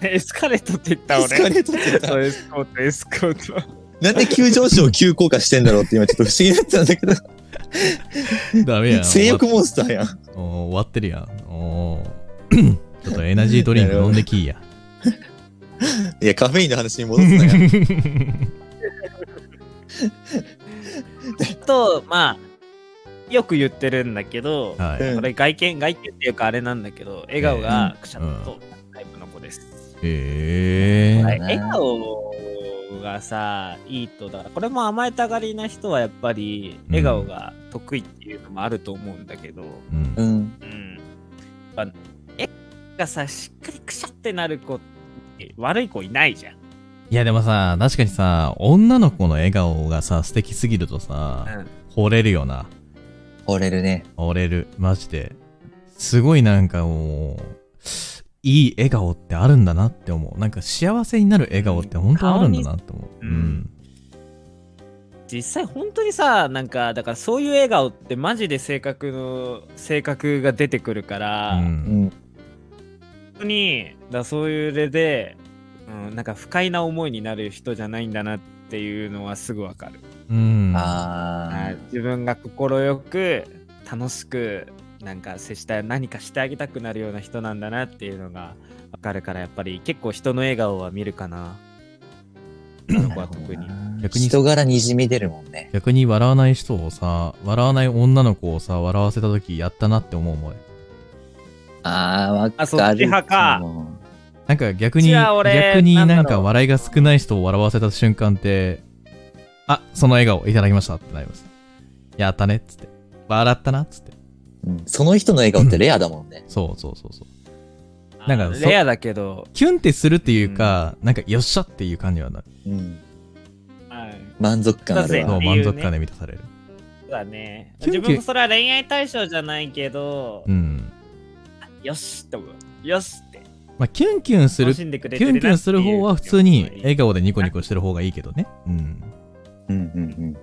C: エ
B: エスカレートって言った俺。
C: スカレートって言った
B: そうエスコート、エスコート。
C: なんで急上昇急降下してんだろうって今ちょっと不思議だったんだけど、
A: ダメやん。
C: 性欲
A: 終わ
C: モンスターやん。
A: っおー終わってるやん。おーちょっとエナジードリンク飲んできいや。
C: いや、カフェインの話に戻すなよ。
B: と、まあ、よく言ってるんだけど、
A: は
C: う
A: い。
C: ん
B: これ外見、外見っていうかあれなんだけど、笑顔がくしゃっとタイプの子です。
A: えー。
B: はい、
C: そうだね
B: 笑顔がさ、いいと、だからこれも甘えたがりな人はやっぱり、笑顔が得意っていうのもあると思うんだけど、
A: うん
C: うん。
B: うん。やっぱ絵がさ、しっかりくしゃってなる子って悪い子いないじゃん。
A: いやでもさ、確かにさ、女の子の笑顔がさ、素敵すぎるとさ、
B: うん
A: 惚れるよな。
C: 惚れるね。
A: 惚れる。マジで。すごいなんかもう、いい笑顔ってあるんだなって思う。なんか幸せになる笑顔って本当あるんだなって思う。う
B: うん
A: ん。
B: 実際本当にさなんかだからそういう笑顔ってマジで性格の性格が出てくるから、
A: う。
C: うんん。
B: 本当にだからそういう例で、うん、なんか不快な思いになる人じゃないんだなっていうのはすぐわかる、
A: うん。
B: は
C: あ
B: い自分が快く楽しくなんか接したい何かしてあげたくなるような人なんだなっていうのがわかるからやっぱり結構人の笑顔は見るかなあの子は特に
C: ー。
A: 逆に
C: 人柄にじみ出るもんね。
A: 逆に笑わない人をさ、笑わない女の子をさ、笑わせた時やったなって思うもん。
C: あー、わかる。
B: あそっち派か
C: も
A: なんか逆に、
B: じゃあ俺
A: 逆に
B: なんだ
A: な
B: ろうん
A: か笑いが少ない人を笑わせた瞬間って、あ、その笑顔いただきましたってなります。やったねっつって。笑ったなっつって。
C: ううんその人の笑顔ってレアだもんね。
A: そうそうそうそう。なんか
B: あー
A: そ
B: レアだけど、
A: キュンってするっていうか、なんかよっしゃっていう感じはなる。
C: うん。
B: はい、
C: 満足感ある
B: だ
A: そ
B: っ
A: う、
C: わ。
B: て
A: 満足感で満たされる。
B: そうだね。
A: キュン
B: 自
A: キュン
B: 分もそれは恋愛対象じゃないけど
A: う、ん。
B: よしって思う。よしって。
A: まあ、キュンキュンす
B: 楽
A: る、
B: し
A: キ
B: んでくれて
A: ュンキュンする方は普通に笑
B: え
A: 顔でニコニコしてる方がいいけどね。うん。
C: うんうんうん。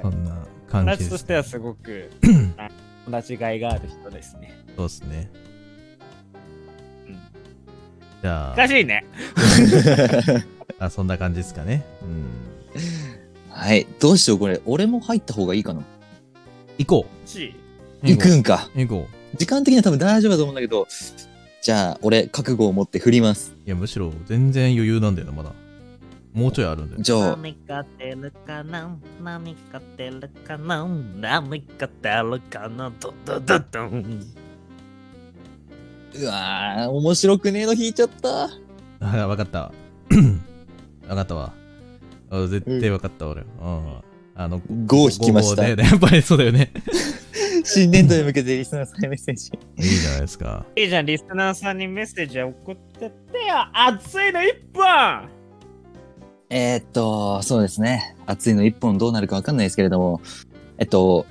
A: そんな感
B: 友
A: じ
B: 達
A: で
B: と
A: す
B: してはすご くあ友達がいがある人ですね。
A: そうですね。
B: うん
A: じゃあ
B: 難、しいね。
A: あそんな感じですかね。うん。
C: はい。どうしよう、これ。俺も入った方がいいかな。
A: 行こ。
B: しいう
C: 行くんか。
A: 行こう。
C: 時間的には多分大丈夫だと思うんだけど、じゃあ、俺、覚悟を持って振ります。
A: いや、むしろ全然余裕なんだよな、まだ。もうちょいあるんだよ。
C: じゃあ、
D: 何か出るかな何か出るかな何か出るかなドドドドン
C: うわー、面白くねえの引いちゃった。
A: あ、 わかった。 わかったわ。あ絶対わかった、俺。うん。あの、
C: 5を引きました
A: 5。ね、やっ ぱりそうだよね。
C: 新年度に向けてリスナーさんへメッセージ。
A: いいじゃないですか。
B: いいじゃん、リスナーさんにメッセージ送ってってよ。熱いの一本
C: えーっと、そうですね。暑いの一本どうなるかわかんないですけれども、えっと、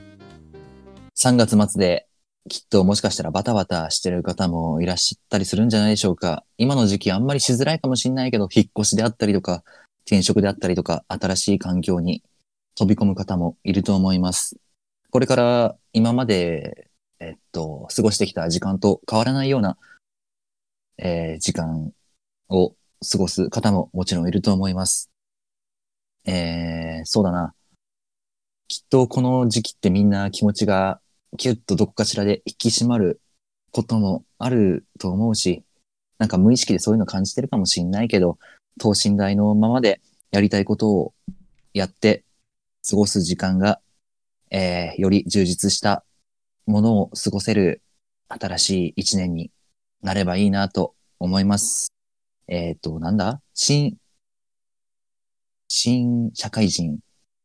C: 3月末できっともしかしたらバタバタしてる方もいらっしゃったりするんじゃないでしょうか。今の時期あんまりしづらいかもしれないけど、引っ越しであったりとか、転職であったりとか、新しい環境に飛び込む方もいると思います。これから今まで、えっと、過ごしてきた時間と変わらないような、えー時間を過ごす方ももちろんいると思います。えー、そうだな。きっとこの時期ってみんな気持ちがキュッとどこかしらで引き締まることもあると思うし、なんか無意識でそういうの感じてるかもしんないけど、等身大のままでやりたいことをやって過ごす時間が、えー、より充実したものを過ごせる新しい一年になればいいなと思います。えっ、と、なんだ新、新社会人、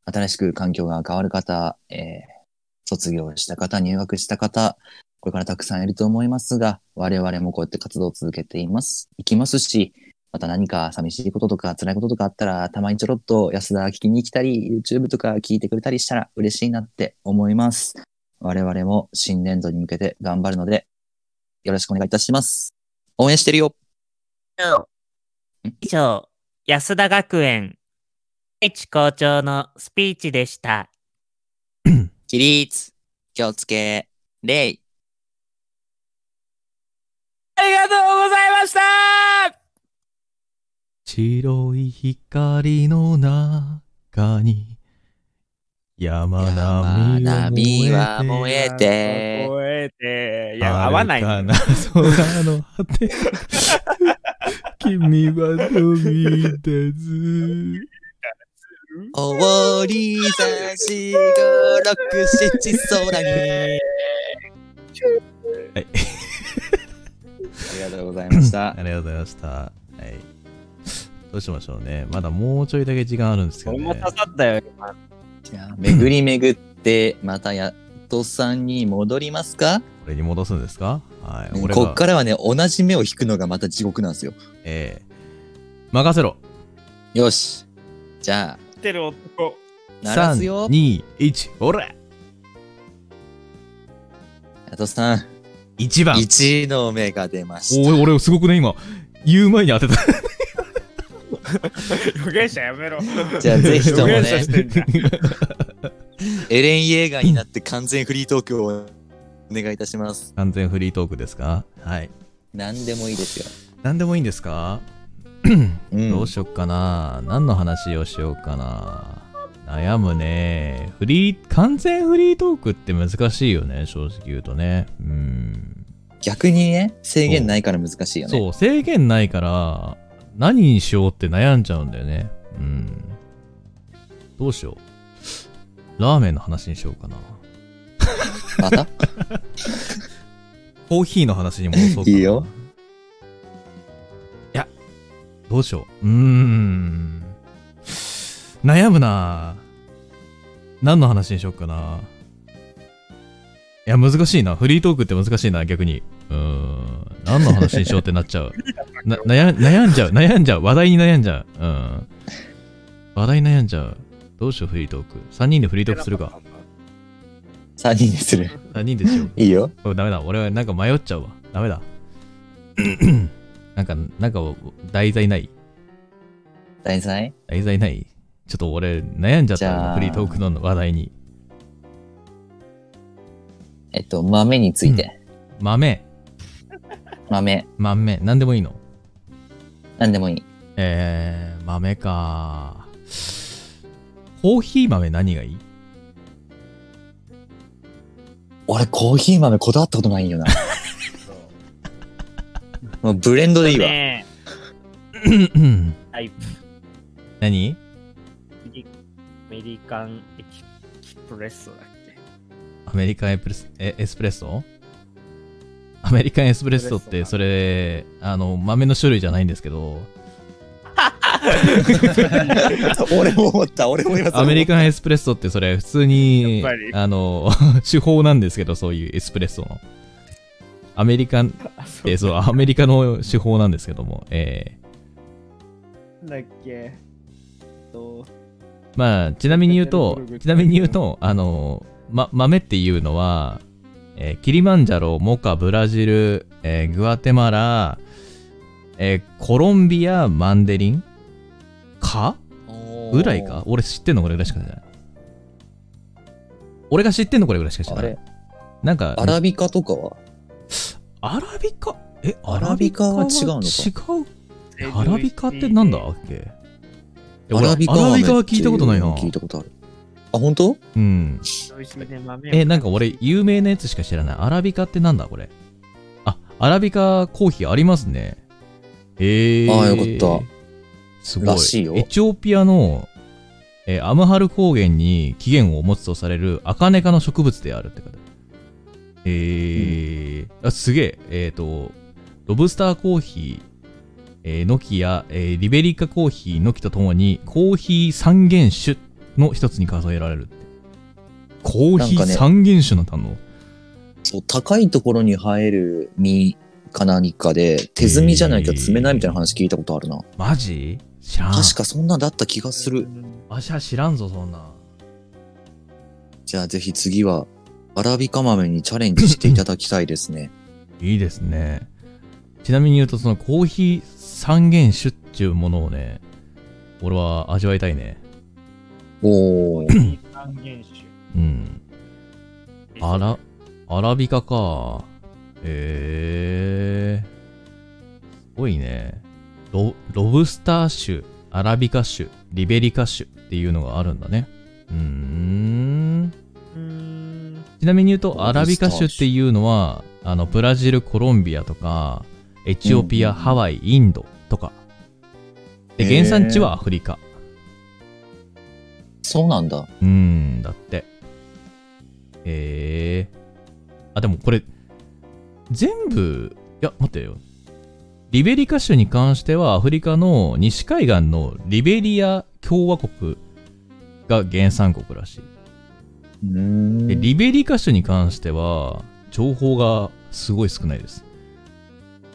C: 新しく環境が変わる方、えー卒業した方、入学した方、これからたくさんいると思いますが、我々もこうやって活動を続けています、いきますし、また何か寂しいこととか辛いこととかあったら、たまにちょろっと安田聞きに来たり、YouTube とか聞いてくれたりしたら嬉しいなって思います。我々も新年度に向けて頑張るので、よろしくお願いいたします。応援してるよ
D: 以上、
B: 安田学園。
D: 愛知校長のスピーチでした。
C: 起立、気をつけ、礼。
B: ありがとうございました
A: チ白い光の中に山並み
C: 山並みは燃えて
B: 覚えて、いや、合わない。
A: 遥かな空の果 て。君は飛び出ず。
C: おりさしごろくしち空に。
A: はい。
C: ありがとうございました
A: あ。りがとうございました。はい。どうしましょうね。まだもうちょいだけ時間あるんですけど
B: 俺
A: ね。
B: も刺さったよ、今。
C: じゃあ巡り巡って、またやっとさんに戻りますか
A: これに戻すんですかはい。俺
C: こ
A: が
C: っからはね、同じ目を引くのがまた地獄なんですよ。
A: ええ任せろ。
C: よし。じゃあ、
B: ってる男。
C: 鳴らすよ
A: 3、。2、1、ほら
C: ヤトさん、
A: !1 番。
C: 1の目が出ました。
A: おい、俺すごくね、今。言う前に当てた。
B: 予言者やめろ。
C: じゃあ、ぜひとも
B: 予
C: ね
B: 言、者してんだ
C: エレン・イェーガーになって完全フリートークをお願いいたします。
A: 完全フリートークですかはい。
C: 何でもいいですよ。
A: 何でもいいんですか
C: うん
A: どうしよっかな何の話をしようかな悩むね。フリー、完全フリートークって難しいよね、正直言うとね。うん。
C: 逆にね、制限ないから難しいよね。
A: そう、制限ないから、何にしようって悩んじゃうんだよね。うん。どうしよう。ラーメンの話にしようかな。
C: また
A: コーヒーの話に戻そうかな。
C: いいよ。
A: いや、どうしよう。うーん。悩むな何の話にしようかないや、難しいな。フリートークって難しいな、逆に。うーん。何の話にしようってなっちゃう。な悩悩んじゃう、悩んじゃう。話題に悩んじゃう。うん。話題に悩んじゃう。どうしよう、フリートーク。3人でフリートークするか。。
C: 3人でする。
A: 3人でしよう。
C: いいよ。
A: おダメだ。俺はなんか迷っちゃうわ。ダメだ。なんか、なんか、題材ない
C: 大罪
A: 題材ないちょっと俺悩んじゃっ
C: じ
A: た
C: ゃあ
A: フリートークの話題に。
C: えっと、豆について。
A: 豆、
C: 豆。
A: 豆、なんでもいいの
C: 何でもいい。
A: えー、豆か。コーヒー豆何がいい
C: 俺、コーヒー豆こだわったことないん よな。もうブレンドでいいわ。
B: ね
A: うん
B: えタイプ。
A: 何
B: アメリカンエキプレッソだっけ
A: アメリカンエプレスえエスプレッソアメリカンエスプレッソっ
B: エ
A: て
B: スプ
A: それ、あの、豆の種類じゃないんですけど、
C: 俺も思った、俺も今
A: アメリカンエスプレッソってそれ普通に
B: やっぱり、
A: あの、 手法なんですけど、そういうエスプレッソの。アメリカン、
B: あ、そ
A: えーそう、アメリカの手法なんですけども、えー、
B: うだっけ。と、
A: まあ、ちなみに言うと、ちなみに言うと、あの、ま、豆っていうのは、えーキリマンジャロ、モカ、ブラジル、えーグアテマラ、えーコロンビア、マンデリンかぐらいか俺知ってんのこれぐらいしかじゃない。俺が知ってんのこれぐらいしか知ら
C: あ
A: ない
C: れ。、
A: なんか、
C: アラビカとかは
A: アラビカえ、
C: アラビカは違うの
A: か違うアラビカってなんだっけえ
C: ア
A: 俺
C: ラビカは
A: アラビカは聞いたことないな。
C: 聞いたことある。あ、本当？
A: うん。え、
B: え
A: なんか俺、有名なやつしか知らない。アラビカってなんだ、これ。あ、アラビカコーヒーありますね。へえー。。
C: あーよかった
A: すごい。
C: らしいよ
A: エチオピアの、えーアムハル高原に起源を持つとされるアカネ科の植物であるって方。えーあすげえ。えっ、と、ロブスターコーヒー、えー、ノキや、えーリベリカコーヒー、ノキとともに、コーヒー三原種の一つに数えられるって。コーヒー
C: なんかね
A: 三原種なんだの、
C: そう、高いところに生える実か何かで、手摘みじゃないと摘めないみたいな話聞いたことあるな。
A: マジ知らん。
C: 確かそんなんだった気がする。。
A: わしは知らんぞ、そんな。
C: じゃあぜひ次は、アラビカ豆にチャレンジしていただきたいです ね。
A: いいですね。ちなみに言うと、そのコーヒー三原種っていうものをね、俺は味わいたいね。
C: おー。
B: 三原
A: うん。
B: 種
A: あら、アラビカか。へえー。すごいね。ロロブスター種、アラビカ種、リベリカ種っていうのがあるんだね。うーん。
B: うーん。
A: ちなみに言うと、ア
C: ロ
A: ラ
C: ブ
A: ビ
C: スタ
A: カ
C: ー種
A: 種っていうのは、あの、ブラジル、コロンビアとか、エチオピア、
C: うん
A: ハワイ、インドとか。で、
C: へー
A: 原産地はアフリカ。
C: そうなんだ。
A: うーん、だって。ええあ、でもこれ、全部、いや、待ってよ。リベリカ州に関しては、アフリカの西海岸のリベリア共和国が原産国らし
C: うー
A: い。で、
C: ん。
A: リベリカ州に関しては、情報がすごい少ないです。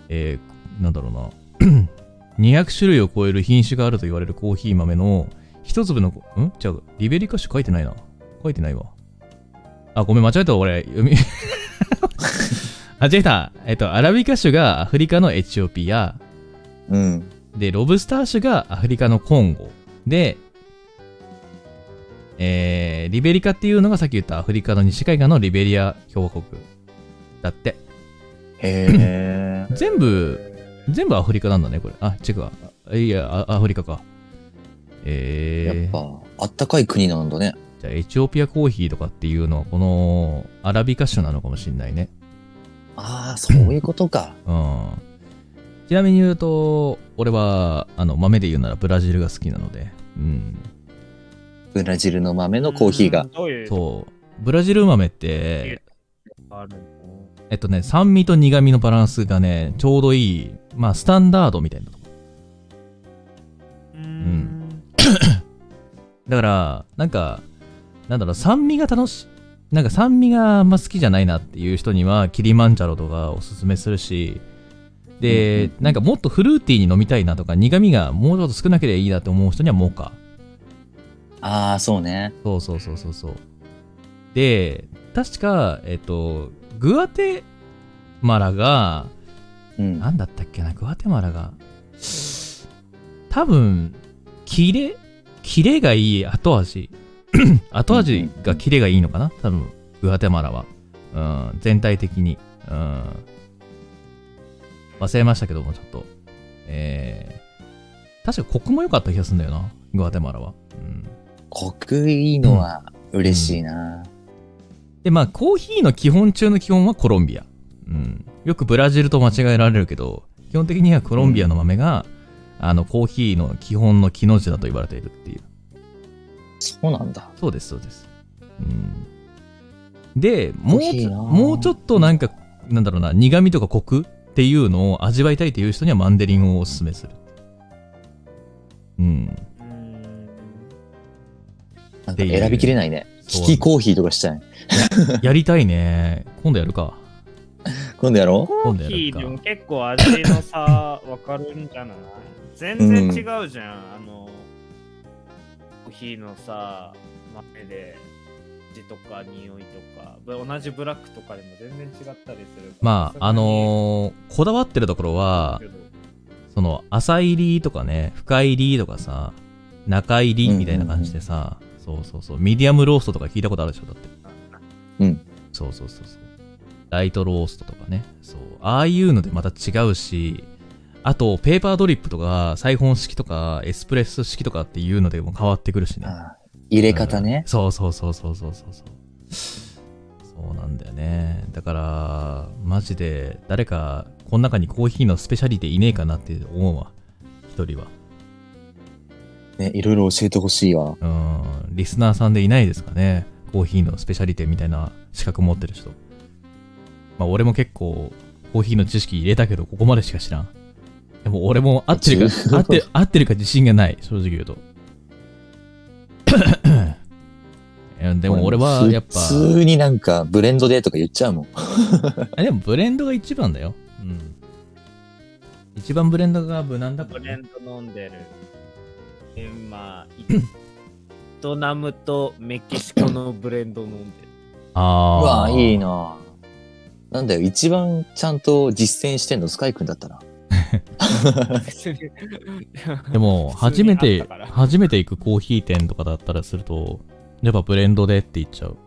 A: えー、なんだろうな。200種類を超える品種があると言われるコーヒー豆の一粒の、んじゃあ、リベリカ種書いてないな。書いてないわ。あ、ごめん、間違えた、俺。読み 間違えた。えっと、アラビカ種がアフリカのエチオピア。
C: うん。
A: で、ロブスター種がアフリカのコンゴ。で、えー、リベリカっていうのがさっき言ったアフリカの西海岸のリベリア共和国。だって。。
C: へえ
A: 全部、全部アフリカなんだね、これ。あ、違うわ。あいや、あアフリカか。えー、
C: やっぱ、あったかい国なんだね。
A: じゃあエチオピアコーヒーとかっていうのは、このアラビカ種なのかもしんないね。
C: ああ、そういうことか。
A: うん。ちなみに言うと、俺は、あの、豆で言うならブラジルが好きなので、うん。
C: ブラジルの豆のコーヒーが。
B: どういうとこ
A: そう。ブラジル豆って、
B: があるの
A: えっとね、酸味と苦味のバランスがね、ちょうどいい、まあ、スタンダードみたいなとこ。
B: うーん。
A: だから、なんか、なんだろう、酸味が楽しい、なんか酸味があんま好きじゃないなっていう人には、キリマンジャロとかおすすめするし、で、なんかもっとフルーティーに飲みたいなとか、苦味がもうちょっと少なければいいなって思う人にはモカ。
C: ああ、そうね。
A: そうそうそうそうそう。で、確か、えっと、グアテマラが、
C: うん。
A: なんだったっけな、グアテマラが。多分、キレ、キレがいい後味。 後味がキレがいいのかな多分、グアテマラは。うん、全体的に。うん。忘れましたけども、ちょっと。えー、確かコクも良かった気がするんだよな、グアテマラは。うん。
C: コクいいのは嬉しいな。
A: で、まあ、コーヒーの基本中の基本はコロンビア。うん。よくブラジルと間違えられるけど、基本的にはコロンビアの豆が、あの、コーヒーの基本の木の字だと言われているっていう。
C: そうなんだ。
A: そうです、そうです。うん。で、もう
C: コーヒ
A: ち
C: ーな
A: ょ、
C: あ
A: もうちょっとなんか、なんだろうな、苦味とかコクっていうのを味わいたいという人にはマンデリンをおすすめする。うん。
B: うーん
C: なんか選びきれないね。キキコーヒーとかしたい。
A: やりたいね。今度やるか。
C: 今度やろ
B: コーヒーでも結構味の差分かるんじゃない全然違うじゃん、あのコーヒーのさ豆で味とか匂いとかぶ同じブラックとかでも全然違ったりするから
A: まあ、あのーこだわってるところは
B: さす、がに
A: その浅入りとかね深入りとかさ中入りみたいな感じでさ、そうそうそうミディアムローストとか聞いたことあるでしょだって
C: うん
A: そうそうそうそうライトローストとかねそうああいうのでまた違うしあとペーパードリップとかサイフォン式とかエスプレッソ式とかっていうのでも変わってくるしね
C: あー入れ方ね
A: うん。そうそうそうそうそうそうそうそうなんだよねだからマジで誰かこの中にコーヒーのスペシャリティいねえかなって思うわ一人は
C: ね、いろいろ教えてほしいわ。
A: うんリスナーさんでいないですかねコーヒーのスペシャリティみたいな資格持ってる人まあ俺も結構コーヒーの知識入れたけどここまでしか知らんでも俺も合ってるか合って る合ってるか自信がない正直言うといやでも俺はやっぱ
C: 普通になんかブレンドでとか言っちゃうもん。
A: あでもブレンドが一番だよ。うん。一番ブレンドが無難だか
B: ブ
A: ら
B: レ
A: ね、
B: ンド飲んでるでまあベトナムとメキシコのブレンド飲んで る
A: あ
C: う
A: あ。
C: わ、いい。ななんだよ、一番ちゃんと実践してんのスカイくんだったな。
A: でも、
B: 普通
A: 初
B: にあ
A: め
B: ってたか、ら
A: 初めて行くコーヒー店とかだったらすると、やっぱブレンドでって言っちゃう。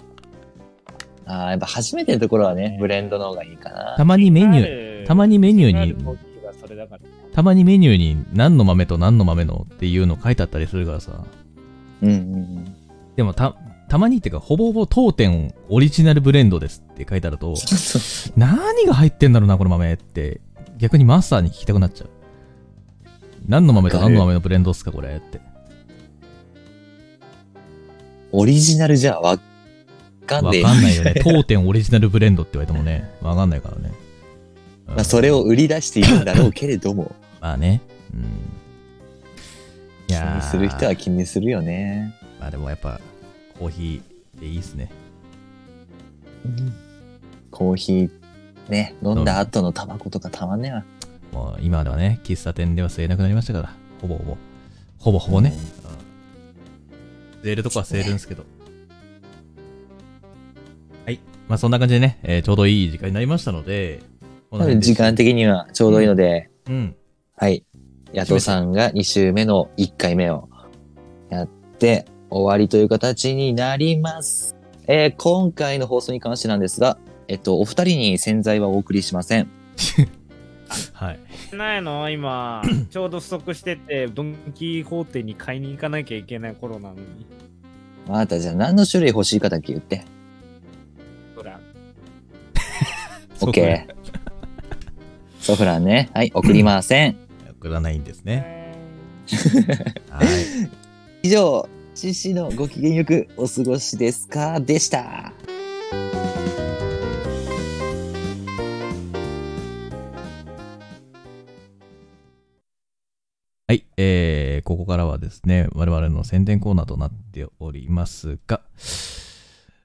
C: あーやっぱ初めてのところはね、ブレンドの方がいいかな
A: た。まにメニュー、たまにメニュー
B: 気
A: に
B: 軽な動きがそそれだ から。
A: たまにメニューに何の豆と何の豆のっていうの書いてあったりするからさ。
C: うんうんうん。
A: でもた、たまにっていうか、ほぼほぼ当店オリジナルブレンドですって書いてあると、 何が入ってんだろうな、この豆って、逆にマスターに聞きたくなっちゃう。何の豆と何の豆のブレンドっすか、これって。
C: オリジナルじゃわかん
A: わ
C: ねえ
A: かんないよね。 当店オリジナルブレンドって言われてもね、わかんないからね。うん
C: まあ、それを売り出しているんだろうけれども、
A: まあね。うん。い
C: 気
A: やー
C: にする人は気にするよね。
A: まあでもやっぱ、コーヒーっていいっすね。
C: コーヒー、ね、飲んだ後のタバコとかたまんねえわ。
A: もう今ではね、喫茶店では吸えなくなりましたから、ほぼほぼ。ほぼほぼね。うん吸えるとこは吸えるんですけど。はい。まあそんな感じでね、えーちょうどいい時間になりましたので、この
C: 多
A: 辺
C: 分
A: で
C: 時間的にはちょうどいいので、
A: うん。
C: はい。ヤトさんが2週目の1回目をやって終わりという形になります。えー今回の放送に関してなんですが、えっと、お二人に洗剤はお送りしません。
A: はい。
B: ないの今、ちょうど不足してて、ドン・キホーテに買いに行かなきゃいけない頃なのに。
C: あなたじゃあ何の種類欲しいかだけ言って。
B: ほら、
A: そうか
C: OK。ソフランね。はい、送りません。
A: 送らないんですね。
B: え
A: はい。
C: 以上、獅子のご機嫌よくお過ごしですかでした。
A: はい、えー、ここからはですね、我々の宣伝コーナーとなっておりますが、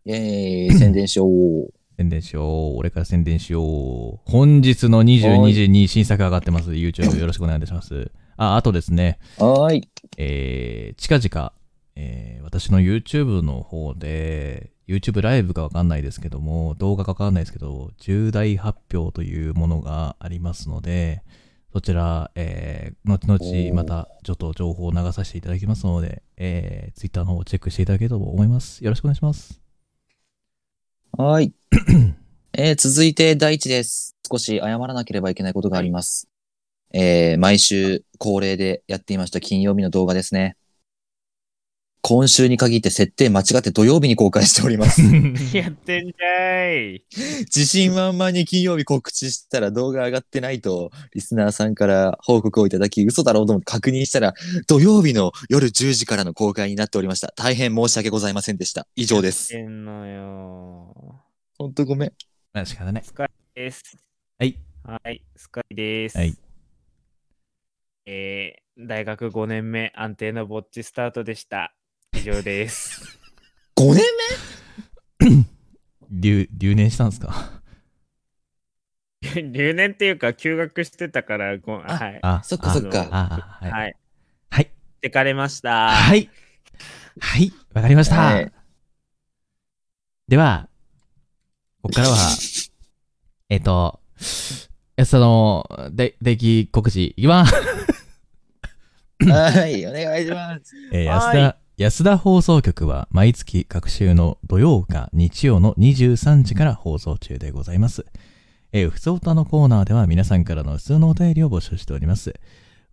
C: イェーイ、宣伝しよう。
A: 宣伝しよう。俺から宣伝しよう。本日の22時に新作上がってます。YouTube よろしくお願いいたします。あ、あとですね、
C: はーい。
A: えー、近々、えー私の YouTube の方で、YouTube ライブかわかんないですけども、動画かわかんないですけど、重大発表というものがありますので、そちら、えー後
C: お
A: 々
C: ー
A: またちょっと情報を流させていただきますので、えー、Twitter の方をチェックしていただければと思います。よろしくお願いします。
C: はーい。えー続いて、第一です。少し謝らなければいけないことがあります。えー毎週恒例でやっていました金曜日の動画ですね。今週に限って設定間違って土曜日に公開しております。
B: ーやってんじゃい。
C: 自信満々に金曜日告知したら動画上がってないと、リスナーさんから報告をいただき、嘘だろうと思って確認したら、土曜日の夜10時からの公開になっておりました。大変申し訳ございませんでした。以上で
B: し
C: す。
B: てんのよ。
C: ほんとごめん。
A: あ仕方ない。
B: スカイです。
A: はい。
B: はい、スカイです。
A: はい。
B: えー、大学5年目、安定のぼっちスタートでした。以上 です。
C: 5年目
A: 留留年したんですか
B: 留年っていうか、休学してたから、ご
C: あ
B: はい。
A: あ、
C: そっかそっ
B: あの
C: か。
A: あ、はい。
B: はい。
A: はい。
B: てかれました。
A: はい。はい。わかりました。
C: はい
A: では、ここからは、えっと、えその、で、出来告知、いきます。
C: はい、お願いします。
A: えー安
B: はーい
A: 田、安田放送局は毎月各週の土曜か日曜の23時から放送中でございます。えー、ふつおたのコーナーでは皆さんからの普通のお便りを募集しております。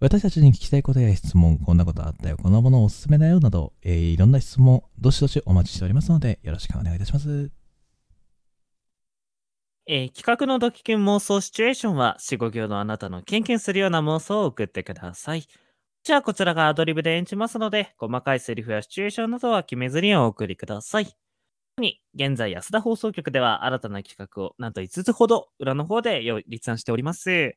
A: 私たちに聞きたいことや質問、こんなことあったよ、こんなものおすすめだよなど、えーいろんな質問、どしどしお待ちしておりますので、よろしくお願いいたします。
B: えー企画のドキキュン妄想シチュエーションは、4、5行のあなたのキュンキュンするような妄想を送ってください。じゃあ、こちらがアドリブで演じますので、細かいセリフやシチュエーションなどは決めずにお送りください。特に、現在安田放送局では新たな企画をなんと5つほど裏の方でよ立案しております。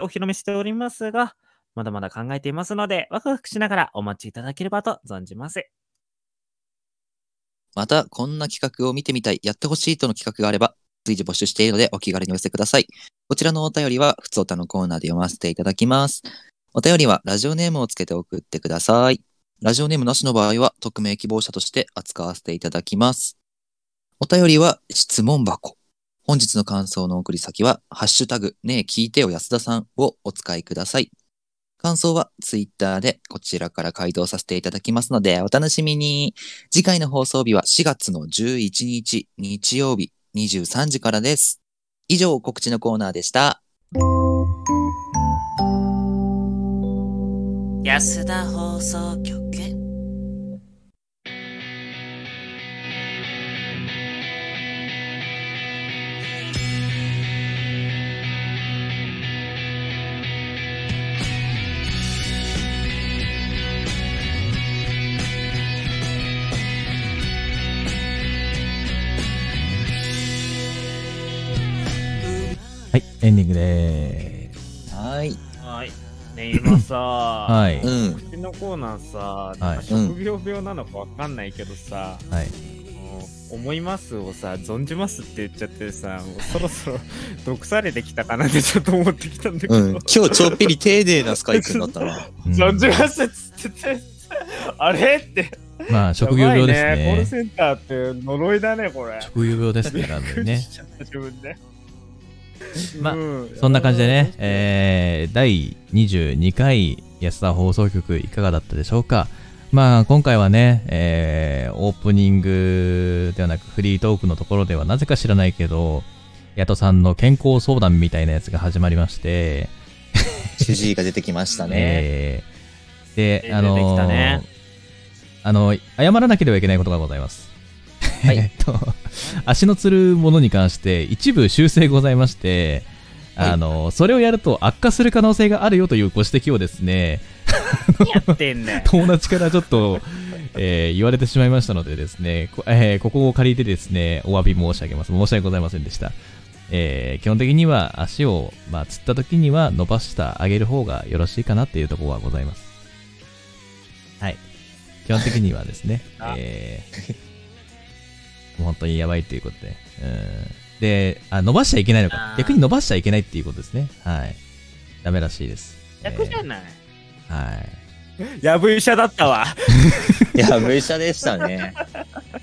B: お披露目しておりますが、まだまだ考えていますので、ワクワクしながらお待ちいただければと存じます。
C: また、こんな企画を見てみたい、やってほしいとの企画があれば、随時募集しているので、お気軽にお寄せください。こちらのお便りは、ふつおたのコーナーで読ませていただきます。お便りは、ラジオネームをつけて送ってください。ラジオネームなしの場合は、匿名希望者として扱わせていただきます。お便りは、質問箱。本日の感想の送り先は、ハッシュタグ、ねえ聞いてよ安田さんをお使いください。感想は、ツイッターで、こちらから回答させていただきますので、お楽しみに。次回の放送日は4月の11日日曜日23時からです。以上告知のコーナーでした。
E: 安田放送局
A: はい、エンディングでーす。
C: はーい。
B: はい。ね、今さ、 は
A: はい。
C: うん。
B: い、のコーナーさ、
A: い
B: なんか職業病なのかわかんないけどさ、
A: はい。
B: もう思いますをさ、存じますって言っちゃってさ、もうそろそろ 毒されてきたかなってちょっと思ってきたんだけど、
C: うん。今日ちょっぴり丁寧なスカイ君だったな。
A: うん
B: 存じますっつってて、あれって、
A: まあ、職業病です
B: やばいコール
A: ね。
B: センターって呪いだね、これ。
A: 職業病ですね、完全にね
B: びっくり。しちゃった自分で。
A: まあ
B: うん
A: そんな感じでね、えー第22回安田放送局いかがだったでしょうかまあ今回はね、えーオープニングではなくフリートークのところではなぜか知らないけど、ヤトさんの健康相談みたいなやつが始まりまして、
C: 主治医が出てきましたね。
A: えー
B: 出て
A: で、あ
B: き
A: の
B: た
A: ー
B: ね
A: あの、謝らなければいけないことがございます。
C: は い
A: えっと、足のつるものに関して一部修正ございまして、あの、それをやると悪化する可能性があるよというご指摘をですね、
B: やってん ね。
A: 友達からちょっと、えー言われてしまいましたのでですね、こ,、えーここを借りてですね、お詫び申し上げます。申し訳ございませんでした。えー基本的には足を、まあ、つった時には伸ばしてあげる方がよろしいかなっていうところはございます。はい。基本的にはですね
B: あ、
A: えーもう本当にやばいっていうことで。うんであ、伸ばしちゃいけないの
B: あ。
A: か
B: ー
A: 逆に伸ばしちゃいけないっていうことですね。はい。ダメらしいです。
B: 逆じゃない。
A: えーはい。
B: やぶ医者だったわ。
C: いや、無医者でしたね。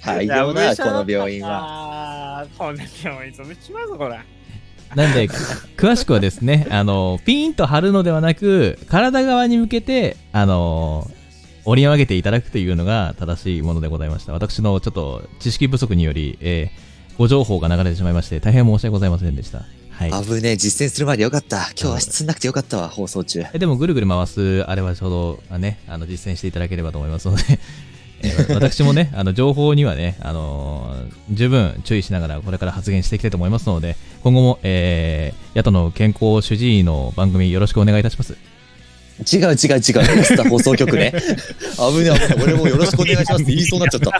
C: 大丈夫だ、この病院は。
B: は。こんな病院潰しちまうぞ、これ。
A: なんで、詳しくはですね、 あの、ピーンと張るのではなく、体側に向けて、あの、折り上げていただくというのが正しいものでございました。私のちょっと知識不足により、えーご情報が流れてしまいまして、大変申し訳ございませんでした。はい。
C: 危ねえ、実践する前でよかった。今日はつんなくてよかったわ、放送中。
A: えでも、ぐるぐる回す、あれはちょうど、あね、あの、実践していただければと思いますので、 えー私もね、あの、情報にはね、あのー十分注意しながら、これから発言していきたいと思いますので、今後も、えー、野党の健康主治医の番組よろしくお願いいたします。
C: 違う違う違う、スタ放送局 ね。危ねえ、危ねえ、俺もよろしくお願いしま すって言いそうになっちゃった。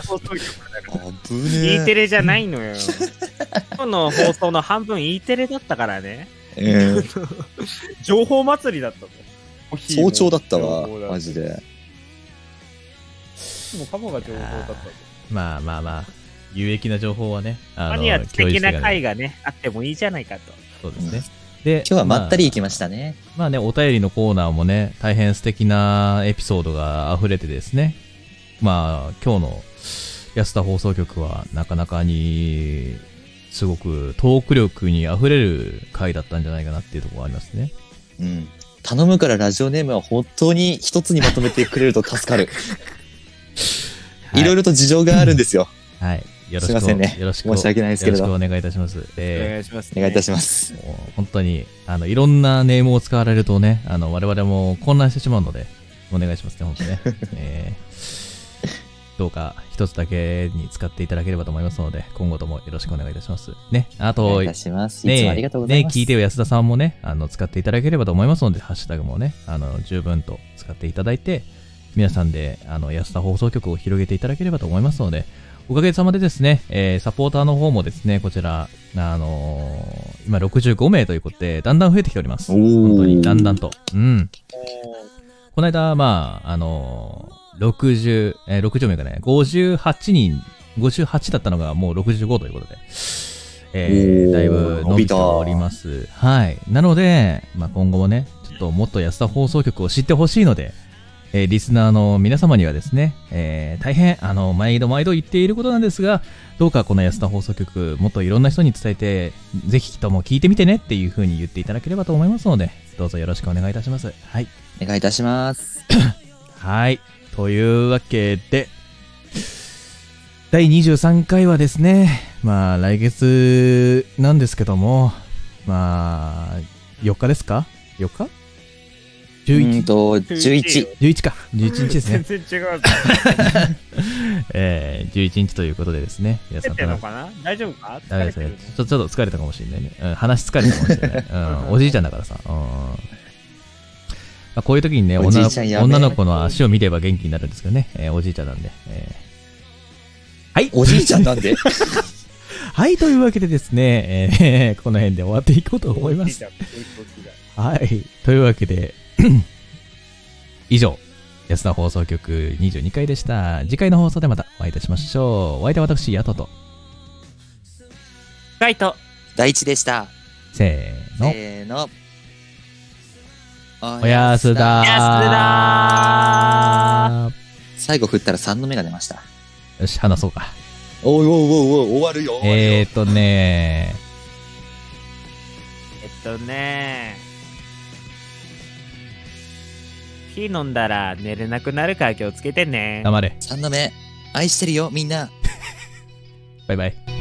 C: 危
B: E
C: ねえ。
B: テレじゃないのよ。今日の放送の半分 E テレだったからね。
C: うん
B: 情報祭りだったの。
C: 早朝だったわ
B: 情報、だ
C: マジ。で。
B: もうカモが情報だったの。
A: まあまあまあ、有益な情報はね、あ
B: マニア
A: 共
B: 的
A: 有していか
B: な
A: ない
B: 回がね、あってもいいじゃないかと。
A: そうですね。で、
C: 今日はまったり行きま
A: し
C: したね。
A: た。まあね、お便りのコーナーもね、大変素敵なエピソードが溢れてですね、まあ、今日の安田放送局はなかなかに、すごくトーク力に溢れる回だったんじゃないかなっていうところはありますね。
C: うん。頼むからラジオネームは本当に一つにまとめてくれると助か る。いろいろと事情があるんです よ。
A: はい。よろし
C: すい
A: く
C: ませんね
A: よろしく
C: 申し訳ないですけれど
A: よろしくお願いいたします。えー
B: いします
C: お願いいた
B: し
C: します。
A: もう本当にあのいろんなネームを使われるとねあの我々も混乱してしまうのでお願いしますね本当 ね、えーどうか一つだけに使っていただければと思いますので今後ともよろしくお願いいたしますねあ
C: お
A: と
C: 願いいたします。いつもあ
A: ね
C: りがとうござい
A: ね
C: ます。
A: 聞いてよ安田さんもねあの使っていただければと思いますのでハッシュタグもねあの十分と使っていただいて皆さんであの安田放送局を広げていただければと思いますのでおかげさまでですね、えーサポーターの方もですねこちらあのー今65名ということでだんだん増えてきております
C: おー
A: 本当にだんだんとうんこの間まああのー60、えー、60名かね、58人、58だったのがもう65ということで、えー
C: おー
A: だいぶ伸びております。はい。なので、まあ、今後もね、ちょっともっと安田放送局を知ってほしいので、えーリスナーの皆様にはですね、えー大変、あの、毎度毎度言っていることなんですが、どうかこの安田放送局、もっといろんな人に伝えて、ぜひとも聞いてみてねっていうふうに言っていただければと思いますので、どうぞよろしくお願いいたします。はい。
C: お願いいたします。
A: はい。というわけで、第23回はですね、まあ来月なんですけども、まあ、4日ですか ?4 日
C: うん
A: 11、
C: と、11。
A: 11か。11日です
B: 全
A: ね。
B: 然違う ぞ。
A: えー、11日ということでですね。皆さ
B: 出
A: ん、
B: てんのかな大丈夫か
A: ダメですね。ちょちょっと疲れたかもしれないね。うん、話疲れたかもしれない。 うん、おじいちゃんだからさ。うんまあ、こういう時にね
C: おじ
A: 女
C: い
A: の
C: ち
A: 子、
C: ゃんやべえ
A: 女の子の足を見れば元気になるんですけどね。えーおじいちゃんなんで。えーはい。
C: おじいちゃんなんで
A: はい、というわけでですね、えーこの辺で終わっていこうと思いま
B: お
A: す。
B: じいちゃん。おじいちゃん
A: はい。というわけで、 以上、安田放送局22回でした。次回の放送でまたお会いいたしましょう。お相手は私、ヤトと。
B: ライト。
C: 第一でした。
A: せーの。
C: せーの。
A: おやすだ
B: おやすだ
C: 最後振ったら3の目が出ました。
A: よし、話そうか。
C: おいおいおいおい、終わるよ。終わるよ
A: えーっとね
B: えっとね火飲んだら寝れなくなるから気をつけてね。
A: 黙れ。
C: 3の目、愛してるよ、みんな。
A: バイバイ。